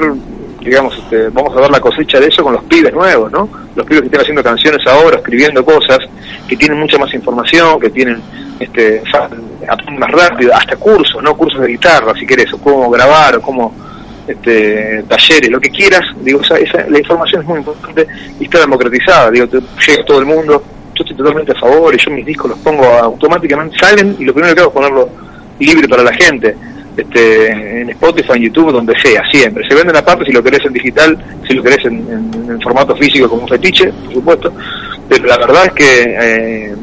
[SPEAKER 10] digamos, este, vamos a ver la cosecha de eso con los pibes nuevos, ¿no? Los pibes que están haciendo canciones ahora, escribiendo cosas, que tienen mucha más información, que tienen este fa- aprenden más rápido, hasta cursos, ¿no? Cursos de guitarra, si querés, o cómo grabar, o cómo este, talleres, lo que quieras, digo, esa, esa- la información es muy importante y está democratizada, digo, te- llega a todo el mundo, yo estoy totalmente a favor, y yo mis discos los pongo a- automáticamente, salen y lo primero que hago es ponerlo libre para la gente, este, en Spotify, en YouTube, donde sea, siempre, se venden aparte si lo querés en digital, si lo querés en, en- en formato físico como un fetiche, por supuesto, pero la verdad es que eh,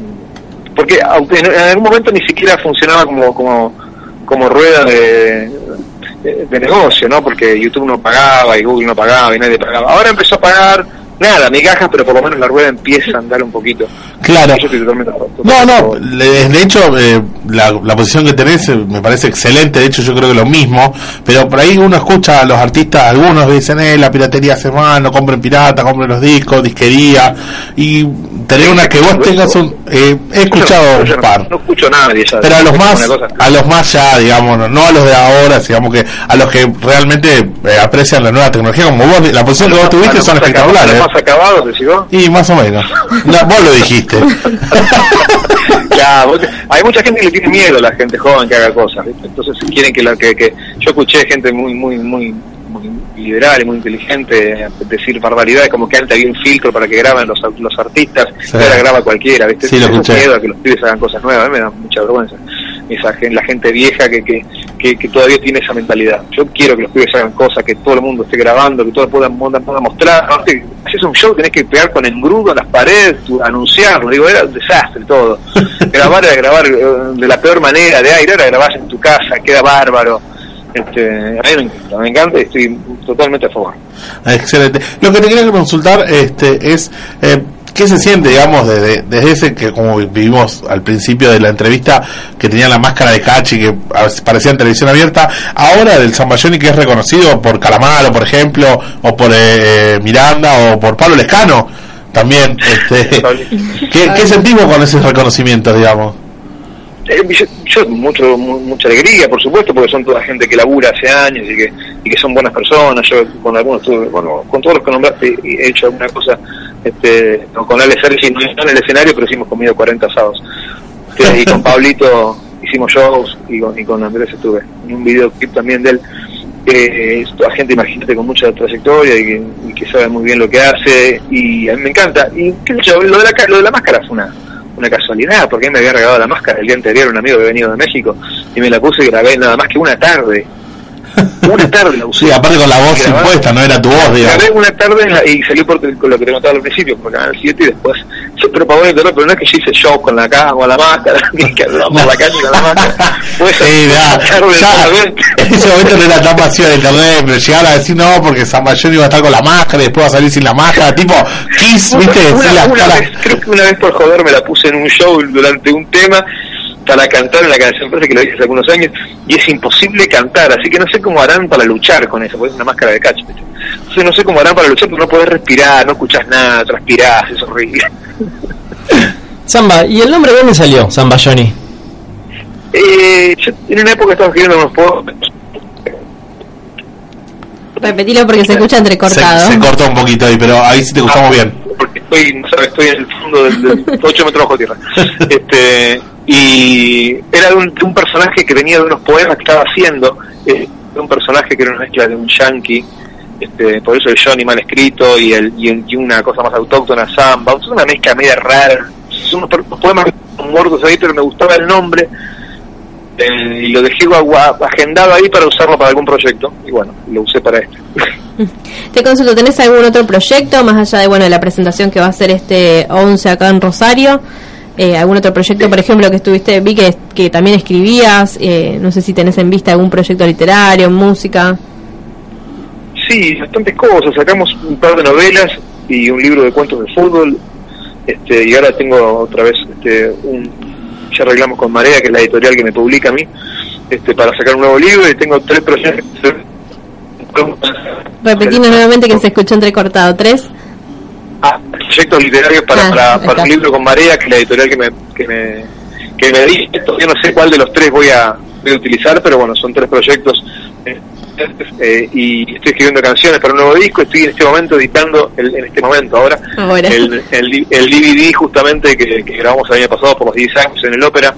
[SPEAKER 10] porque aunque en, en algún momento ni siquiera funcionaba como como, como rueda de, de- de negocio, ¿no? Porque YouTube no pagaba y Google no pagaba y nadie pagaba. Ahora empezó a pagar nada, migajas, pero por lo menos la rueda empieza a andar un poquito.
[SPEAKER 6] Claro.
[SPEAKER 10] Yo estoy totalmente de acuerdo.
[SPEAKER 6] No, no, le- de hecho, eh, la, la posición que tenés eh, me parece excelente, de hecho yo creo que lo mismo, pero por ahí uno escucha a los artistas, algunos dicen, eh, la piratería hace mal, no compren pirata, compren los discos, disquería, y tener una que vos tengas un... eh, he escuchado
[SPEAKER 10] Yo
[SPEAKER 6] un
[SPEAKER 10] no,
[SPEAKER 6] par,
[SPEAKER 10] no escucho a nadie ya.
[SPEAKER 6] pero a
[SPEAKER 10] Es
[SPEAKER 6] los
[SPEAKER 10] como
[SPEAKER 6] más,
[SPEAKER 10] una cosa.
[SPEAKER 6] a los más ya, digamos, no, no a los de ahora, digamos que a los que realmente eh, aprecian la nueva tecnología, como vos, la posición que vos
[SPEAKER 10] A
[SPEAKER 6] tuviste
[SPEAKER 10] los
[SPEAKER 6] son
[SPEAKER 10] más acabados, a
[SPEAKER 6] espectaculares. ¿eh?
[SPEAKER 10] los más acabados, decís vos.
[SPEAKER 6] Y más o menos. No, vos lo dijiste.
[SPEAKER 10] Claro, porque hay mucha gente que le tiene miedo a la gente joven que haga cosas, ¿viste? entonces quieren que la que, que- yo escuché gente muy muy muy muy liberal y muy inteligente eh, decir barbaridades como que antes había un filtro para que graben los, au- los artistas,
[SPEAKER 6] Sí.
[SPEAKER 10] ahora graba cualquiera, ¿viste?
[SPEAKER 6] Sí, lo
[SPEAKER 10] Eso es
[SPEAKER 6] escuché.
[SPEAKER 10] miedo a que los pibes hagan cosas nuevas, a mí me da mucha vergüenza esa gen- la gente vieja que, que, que, que todavía tiene esa mentalidad. Yo quiero que los pibes hagan cosas, que todo el mundo esté grabando, que todos puedan, puedan, puedan mostrar. Aparte, Si es un show, tenés que pegar con engrudo a las paredes, tu- anunciarlo. Digo, era un desastre todo. grabar era grabar eh, de la peor manera de aire, ahora grabás en tu casa, queda bárbaro. Este, a mí me encanta, me encanta y estoy totalmente a favor.
[SPEAKER 6] Ah, Excelente. Lo que te quería consultar este, es eh, qué se siente, digamos, desde, desde ese que como vivimos al principio de la entrevista, que tenía la máscara de Cachi, que a veces parecía en televisión abierta, ahora del Zambayoni que es reconocido por Calamaro, por ejemplo, o por eh, Miranda, o por Pablo Lescano, también. Este, ¿qué, ¿Qué sentimos con esos reconocimientos, digamos?
[SPEAKER 10] Eh, yo, yo mucho, mu- mucha alegría, por supuesto, porque son toda gente que labura hace años y que, y que son buenas personas. Yo con algunos tuve, bueno, con todos los que nombraste he hecho alguna cosa, este, no, con Alex Sergi no está en el escenario, pero sí hemos comido 40 asados. Este, y con Pablito hicimos shows y con, y con Andrés estuve en un videoclip también de él. eh, es toda gente, imagínate, con mucha trayectoria y que, y que sabe muy bien lo que hace, y a mí me encanta. Y qué sé yo, lo de la, ca- lo de la máscara fue una, una casualidad, porque a mí me había regalado la máscara el día anterior un amigo que venía de México, y me la puse y grabé nada más que una tarde. Una tarde la usé.
[SPEAKER 6] Sí, aparte con la voz
[SPEAKER 10] Grababa-
[SPEAKER 6] impuesta, no era tu voz, digamos.
[SPEAKER 10] Grabé una tarde en la- y salió por con lo que te contaba al principio, por Canal 7 y después se propagó en el terror, pero no es que yo hice show con la caja, con la máscara, ni que andaba por la calle con la máscara. Fue
[SPEAKER 6] Sí, ya,
[SPEAKER 10] una tarde
[SPEAKER 6] ya,
[SPEAKER 10] solamente.
[SPEAKER 6] en ese momento no era tan vacío de internet, pero llegar a decir no, porque San Mayón iba a estar con la máscara y después va a salir sin la máscara, tipo Kiss,
[SPEAKER 10] Una-
[SPEAKER 6] ¿viste? Decirle
[SPEAKER 10] Una,
[SPEAKER 6] a
[SPEAKER 10] una
[SPEAKER 6] todas
[SPEAKER 10] vez, creo que una vez por joder me la puse en un show durante un tema para cantar en la canción parece que lo hice hace algunos años y es imposible cantar, así que no sé cómo harán para luchar con eso, porque es una máscara de cacho. ¿viste? Entonces no sé cómo harán para luchar, porque no podés respirar, no escuchás nada, transpirás, es horrible.
[SPEAKER 7] Samba, ¿y el nombre de dónde salió? Samba Johnny.
[SPEAKER 10] Eh, yo en una época estaba escribiendo unos poemas
[SPEAKER 8] Repetilo porque se escucha
[SPEAKER 6] las-
[SPEAKER 8] entrecortado.
[SPEAKER 6] Se, se cortó un poquito ahí, pero ahí sí te escuchamos bien.
[SPEAKER 10] Ah, porque estoy, no sabes, estoy en el fondo del, 8 metros bajo tierra. Este, y era de un, de un personaje que venía de unos poemas que estaba haciendo, eh, de un personaje que era una mezcla de un yankee, este, por eso el Johnny mal escrito y, el, y, el- y una cosa más autóctona, samba, es una mezcla media rara, son unos, per- unos poemas muertos ahí, pero me gustaba el nombre. eh, y lo dejé agua- agendado ahí para usarlo para algún proyecto y bueno lo usé para este
[SPEAKER 8] Te consulto, ¿tenés algún otro proyecto más allá de bueno de la presentación que va a hacer este 11 acá en Rosario? Eh, ¿Algún otro proyecto, por ejemplo, que estuviste, vi que, que también escribías? eh, no sé si tenés en vista algún proyecto literario, música.
[SPEAKER 10] Sí, bastantes cosas. Sacamos un par de novelas y un libro de cuentos de fútbol. Este, y ahora tengo otra vez este, un. Ya arreglamos con Marea, que es la editorial que me publica a mí, este, para sacar un nuevo libro. Y tengo tres proyectos.
[SPEAKER 8] Repetimos nuevamente que se escuchó entrecortado. ¿Tres?
[SPEAKER 10] Ah, proyectos literarios para,
[SPEAKER 8] Ah,
[SPEAKER 10] para, para
[SPEAKER 8] está.
[SPEAKER 10] un libro con Marea, que es la editorial que me, que me, que me dice. Yo no sé cuál de los tres voy a, voy a utilizar, pero bueno, son tres proyectos. eh, eh, y estoy escribiendo canciones para un nuevo disco. Estoy en este momento editando, el- en este momento ahora,
[SPEAKER 8] Ahora.
[SPEAKER 10] el, el, di- el DVD justamente que, que grabamos el año pasado por los 10 años en el ópera,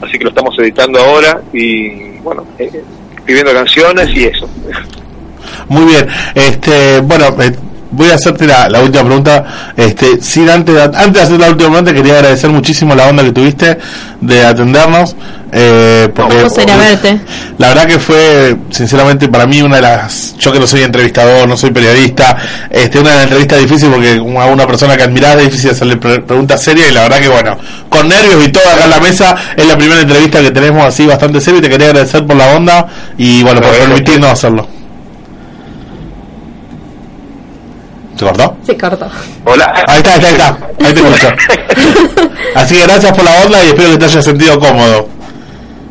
[SPEAKER 10] así que lo estamos editando ahora y bueno, eh, eh, escribiendo canciones y eso.
[SPEAKER 6] Muy bien, este, bueno, eh, voy a hacerte la, la última pregunta. Este, sin antes, de- antes de hacer la última pregunta, quería agradecer muchísimo la onda que tuviste de atendernos. Eh, porque-
[SPEAKER 8] Vamos a ir a verte.
[SPEAKER 6] La verdad que fue, sinceramente, para mí una de las. Yo que no soy entrevistador, no soy periodista, este, una de las entrevistas difíciles porque como a una persona que admirás es difícil hacerle pre- preguntas serias y la verdad que, bueno, con nervios y todo acá en la mesa, es la primera entrevista que tenemos así bastante seria y te quería agradecer por la onda y, bueno, por
[SPEAKER 10] Agradezco a ustedes.
[SPEAKER 6] permitirnos hacerlo. ¿Se cortó?
[SPEAKER 8] Se cortó.
[SPEAKER 10] Hola.
[SPEAKER 6] Ahí está, ahí está, ahí está. Ahí te escucho. Así que gracias por la onda y espero que te hayas sentido cómodo.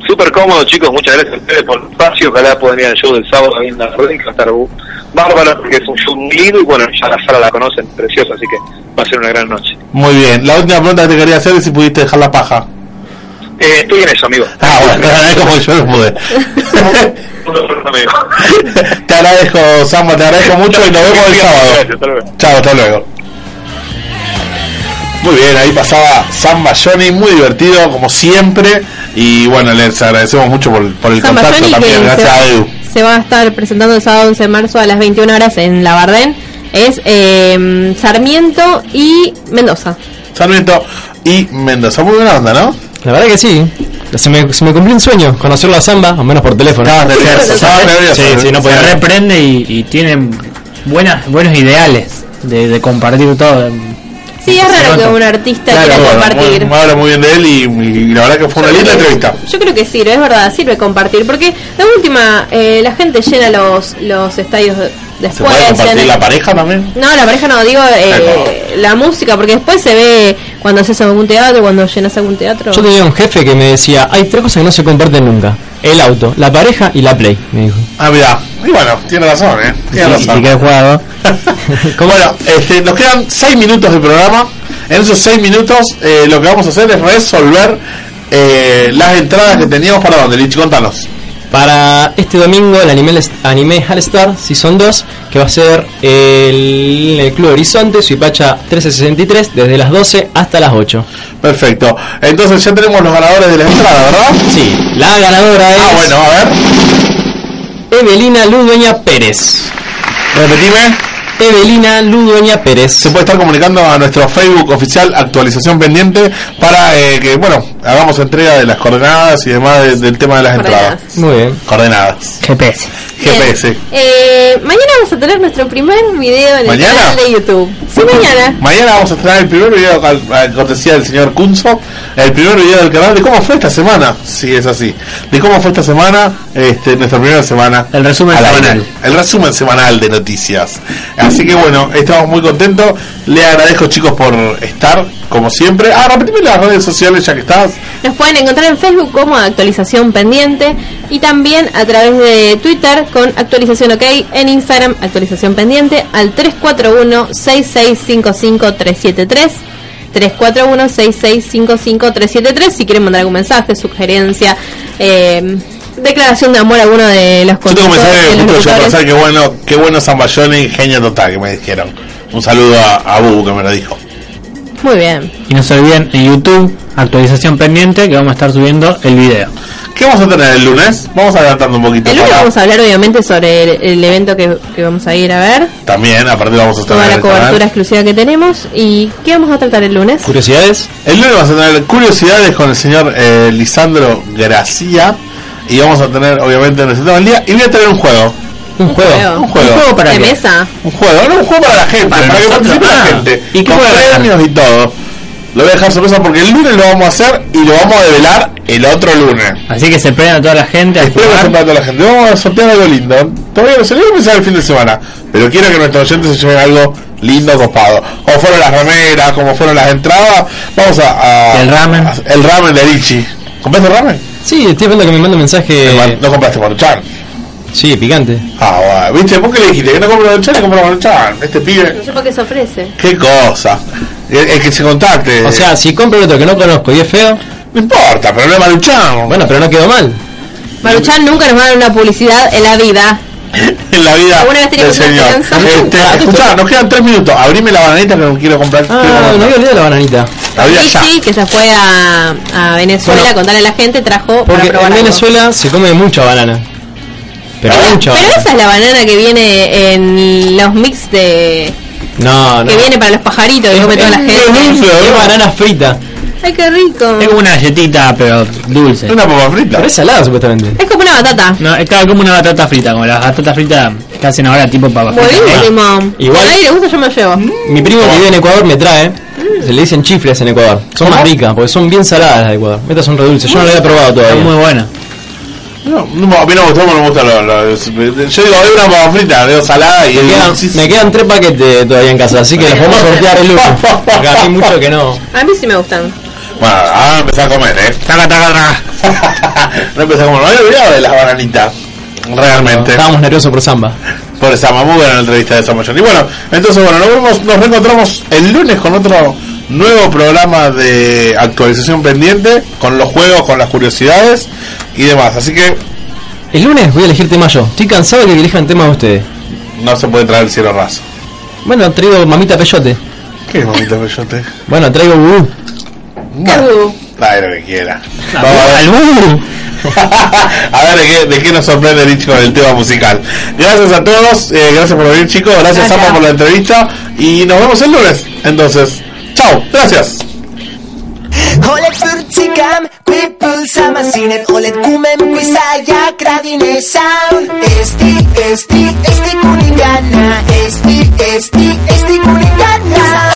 [SPEAKER 10] Súper cómodo, chicos. Muchas gracias a ustedes por el espacio. Ojalá puedan ir al show del sábado ahí en la Rodríguez. que Va a estar bu- bárbaro, porque es un show muy lindo. Y bueno, ya la sala la conocen, preciosa. Así que va a ser una gran noche.
[SPEAKER 6] Muy bien. La última pregunta que te quería hacer es si pudiste dejar la paja.
[SPEAKER 10] Eh, estoy en eso, amigo.
[SPEAKER 6] Ah, bueno, te agradezco porque yo no pude. te agradezco, Samba, te agradezco mucho y nos vemos el
[SPEAKER 10] Gracias,
[SPEAKER 6] sábado.
[SPEAKER 10] hasta luego.
[SPEAKER 6] Chao, hasta luego. Muy bien, ahí pasaba Samba Johnny, muy divertido como siempre. Y bueno, les agradecemos mucho por, por el
[SPEAKER 8] San
[SPEAKER 6] contacto
[SPEAKER 8] Bayoni, que
[SPEAKER 6] también.
[SPEAKER 8] se
[SPEAKER 6] Gracias
[SPEAKER 8] va,
[SPEAKER 6] a Edu.
[SPEAKER 8] se va a estar presentando el sábado 11 de marzo a las 21 horas en La Bardén. Es eh, Sarmiento y Mendoza.
[SPEAKER 6] Sarmiento y Mendoza. Muy buena onda, ¿no?
[SPEAKER 7] La verdad que sí. Se me, se me cumplió un sueño, conocerlo a Samba, al menos por teléfono.
[SPEAKER 6] Estabas nervioso, estabas nervioso.
[SPEAKER 7] Sí, sí, no
[SPEAKER 9] se
[SPEAKER 7] podía ver.
[SPEAKER 9] reprende y, y tienen buenas, buenos ideales de, de compartir todo.
[SPEAKER 8] Sí, es raro que un artista
[SPEAKER 6] Claro,
[SPEAKER 8] quiera
[SPEAKER 6] bueno,
[SPEAKER 8] compartir.
[SPEAKER 6] muy- me habla muy bien de él y, y la verdad que fue una linda entrevista.
[SPEAKER 8] Yo creo que sirve, es verdad, sirve compartir, porque la última, eh, la gente llena los, los estadios después.
[SPEAKER 6] ¿Se puede compartir
[SPEAKER 8] llena-
[SPEAKER 6] la pareja también?
[SPEAKER 8] No, la pareja no, digo eh, la música, porque después se ve cuando haces algún teatro, cuando llenas algún teatro.
[SPEAKER 7] Yo tenía un jefe que me decía, hay tres cosas que no se comparten nunca. El auto, la pareja y la play, me dijo.
[SPEAKER 6] Ah, mirá. Y bueno, tiene razón, ¿eh? Tiene
[SPEAKER 7] Y-
[SPEAKER 6] razón.
[SPEAKER 7] y quedé jugado.
[SPEAKER 6] Bueno, este, nos quedan 6 minutos de programa. En esos 6 minutos eh, lo que vamos a hacer es resolver eh, las entradas que teníamos para donde, Lich, contanos.
[SPEAKER 7] Para este domingo el anime, anime All Star Season 2 que va a ser el, el Club Horizonte, Suipacha 1363 desde las 12 hasta las 8.
[SPEAKER 6] Perfecto. Entonces ya tenemos los ganadores de la entrada, ¿verdad?
[SPEAKER 7] Sí, la ganadora es
[SPEAKER 6] Ah, bueno, a ver.
[SPEAKER 7] Evelina Ludueña Pérez.
[SPEAKER 6] Repetime.
[SPEAKER 7] Evelina Ludueña Pérez.
[SPEAKER 6] Se puede estar comunicando a nuestro Facebook oficial actualización pendiente para eh, que, bueno, hagamos entrega de las coordenadas y demás de- del tema de las
[SPEAKER 8] Coordenadas.
[SPEAKER 6] entradas.
[SPEAKER 7] Muy bien.
[SPEAKER 6] Coordenadas.
[SPEAKER 9] GPS.
[SPEAKER 6] GPS.
[SPEAKER 8] Eh, mañana vamos a tener nuestro primer video en
[SPEAKER 6] ¿Mañana?
[SPEAKER 8] el canal de YouTube. Sí, mañana.
[SPEAKER 6] Mañana vamos a estrenar el primer video, al- al- cortesía del señor Kunzo, el primer video del canal de cómo fue esta semana, si es así, de cómo fue esta semana, este, nuestra primera semana.
[SPEAKER 9] El resumen
[SPEAKER 6] al aire.
[SPEAKER 9] semanal.
[SPEAKER 6] El resumen semanal de noticias. Así que bueno, estamos muy contentos. Le agradezco chicos por estar, como siempre. Ah, repetime las redes sociales ya que estás.
[SPEAKER 8] Nos pueden encontrar en Facebook como actualización pendiente y también a través de Twitter con actualización ok, en Instagram actualización pendiente al 341-6655-373. 341-6655-373 si quieren mandar algún mensaje, sugerencia, eh, declaración de amor a alguno de los
[SPEAKER 6] Yo tengo un mensaje
[SPEAKER 8] conductores, de los
[SPEAKER 6] justo yo para
[SPEAKER 8] locutores.
[SPEAKER 6] saber que bueno, qué bueno Zambayone, genio total que me dijeron. Un saludo a, a Bubu que me lo dijo.
[SPEAKER 8] Muy bien.
[SPEAKER 9] Y no se olviden en YouTube, actualización pendiente, que vamos a estar subiendo el video.
[SPEAKER 6] ¿Qué vamos a tener el lunes? Vamos adelantando un poquito.
[SPEAKER 8] El lunes
[SPEAKER 6] para-
[SPEAKER 8] vamos a hablar obviamente sobre el, el evento que, que vamos a ir a ver,
[SPEAKER 6] También, aparte vamos a estar
[SPEAKER 8] toda
[SPEAKER 6] en
[SPEAKER 8] la
[SPEAKER 6] el
[SPEAKER 8] cobertura
[SPEAKER 6] canal.
[SPEAKER 8] exclusiva que tenemos y qué vamos a tratar el lunes.
[SPEAKER 7] ¿Curiosidades?
[SPEAKER 6] El lunes vamos a tener curiosidades con el señor eh, Lisandro Gracia. Y vamos a tener, obviamente, receta del día. Y voy a tener un juego.
[SPEAKER 7] Un juego.
[SPEAKER 6] Un juego.
[SPEAKER 9] ¿Un juego para
[SPEAKER 8] de
[SPEAKER 9] qué?
[SPEAKER 8] mesa.
[SPEAKER 6] Un juego, no un juego para la gente, para,
[SPEAKER 9] Para
[SPEAKER 6] que
[SPEAKER 9] nosotros,
[SPEAKER 6] participe la
[SPEAKER 9] ah.
[SPEAKER 6] gente.
[SPEAKER 9] ¿Y qué
[SPEAKER 6] con
[SPEAKER 9] juego va a
[SPEAKER 6] premios y todo. Lo voy a dejar sorpresa porque el lunes lo vamos a hacer y lo vamos a develar el otro lunes.
[SPEAKER 9] Así que se prenda toda la gente a
[SPEAKER 6] Espero que
[SPEAKER 9] jugar.
[SPEAKER 6] sepa toda la gente. Vamos a sortear algo lindo. Todavía no se lo voy a empezar el fin de semana. Pero quiero que nuestros oyentes se lleven algo lindo, copado. Como fueron las remeras, como fueron las entradas. Vamos a. a-
[SPEAKER 9] El ramen.
[SPEAKER 6] a- el ramen de Richie. ¿Compraste ramen?
[SPEAKER 7] Sí, estoy viendo que me manda un mensaje.
[SPEAKER 6] Eh, no compraste Maruchan.
[SPEAKER 7] Sí, picante.
[SPEAKER 6] Ah, bueno. ¿Viste? ¿Por qué le dijiste que no compro Maruchan? y compro Maruchan. Este pibe.
[SPEAKER 8] No sé por qué se ofrece.
[SPEAKER 6] Qué cosa. El, el que se contacte.
[SPEAKER 7] O sea, si compro otro que no conozco y es feo,
[SPEAKER 6] no importa, pero no es Maruchan.
[SPEAKER 7] bueno, pero no quedó mal.
[SPEAKER 8] Maruchan nunca nos va a dar una publicidad en la vida.
[SPEAKER 6] en la vida
[SPEAKER 8] Alguna vez
[SPEAKER 6] del
[SPEAKER 8] tenemos una
[SPEAKER 6] señor.
[SPEAKER 8] esperanza.
[SPEAKER 6] Este, escuchá, nos quedan tres minutos. Abrime la bananita que no quiero comprar. quiero
[SPEAKER 7] Ah,
[SPEAKER 6] comprar.
[SPEAKER 7] no había olvidado la bananita.
[SPEAKER 6] La vida ya.
[SPEAKER 8] Richie, que se fue a, a Venezuela
[SPEAKER 7] Bueno.
[SPEAKER 8] a contarle a la gente, trajo para
[SPEAKER 7] Porque
[SPEAKER 8] probar
[SPEAKER 7] en
[SPEAKER 8] algo.
[SPEAKER 7] Venezuela se come mucha banana. Pero
[SPEAKER 8] Pero,
[SPEAKER 7] mucha
[SPEAKER 8] ¿Eh? pero
[SPEAKER 7] banana.
[SPEAKER 8] esa es la banana que viene en los mix de
[SPEAKER 7] No, no.
[SPEAKER 8] que viene para los pajaritos que come toda la
[SPEAKER 7] Es
[SPEAKER 8] gente.
[SPEAKER 7] es banana frita.
[SPEAKER 8] Ay, qué rico.
[SPEAKER 9] Es como una galletita, pero dulce.
[SPEAKER 6] Una papa frita.
[SPEAKER 7] Pero es salada supuestamente.
[SPEAKER 8] Es como una batata.
[SPEAKER 9] No, es claro, como una batata frita, como las batatas fritas que hacen ahora tipo papas fritas. ¿no?
[SPEAKER 8] Buenísimo.
[SPEAKER 7] Ah. Igual- Mm.
[SPEAKER 8] A nadie le gusta, yo me llevo.
[SPEAKER 7] Mi primo que vive en Ecuador me trae. Se le dicen chifles en Ecuador. Son más ricas, porque son bien saladas las de Ecuador. Estas son re dulces. Yo no las había probado
[SPEAKER 9] Está muy
[SPEAKER 7] todavía.
[SPEAKER 9] buena.
[SPEAKER 6] No, no, a mí no me gusta, no me gusta. Lo, lo- yo digo, hay una papa frita, digo salada y
[SPEAKER 7] Me
[SPEAKER 6] el
[SPEAKER 7] quedan,
[SPEAKER 6] sí, sí.
[SPEAKER 7] me quedan tres paquetes todavía en casa, así que los vamos a sortear el lunes. Porque a mí mucho que no.
[SPEAKER 8] A mí sí me gustan.
[SPEAKER 6] Bueno, ahora empecé a comer, eh. Taca, taca, taca. no empecé a comer, no había olvidado de las bananitas. Realmente.
[SPEAKER 7] Estábamos nerviosos por samba.
[SPEAKER 6] Por esa mamuga en la entrevista de Samoyón. Y bueno, entonces bueno, nos vemos, nos reencontramos el lunes con otro nuevo programa de actualización pendiente, con los juegos, con las curiosidades y demás. Así que
[SPEAKER 7] El lunes voy a elegir tema yo. Estoy cansado de que elijan temas ustedes.
[SPEAKER 6] no se puede traer el cielo raso.
[SPEAKER 7] Bueno, traigo mamita peyote.
[SPEAKER 6] Qué mamita peyote.
[SPEAKER 7] Bueno, traigo bubú.
[SPEAKER 6] Bueno, trae lo que quiera. Vamos a ver.
[SPEAKER 9] Al burro.
[SPEAKER 6] a ver de qué, de qué nos sorprende Rich con el tema musical. Gracias a todos, eh, gracias por venir chicos, gracias,
[SPEAKER 8] Gracias.
[SPEAKER 6] Sama por la entrevista y nos vemos el lunes. Entonces, chao, gracias.
[SPEAKER 11] Holetsurtsikam, quipulsama sinet, olet kumen kuisaya kradine sound. Esti, esti, esti kuningana, esti, esti,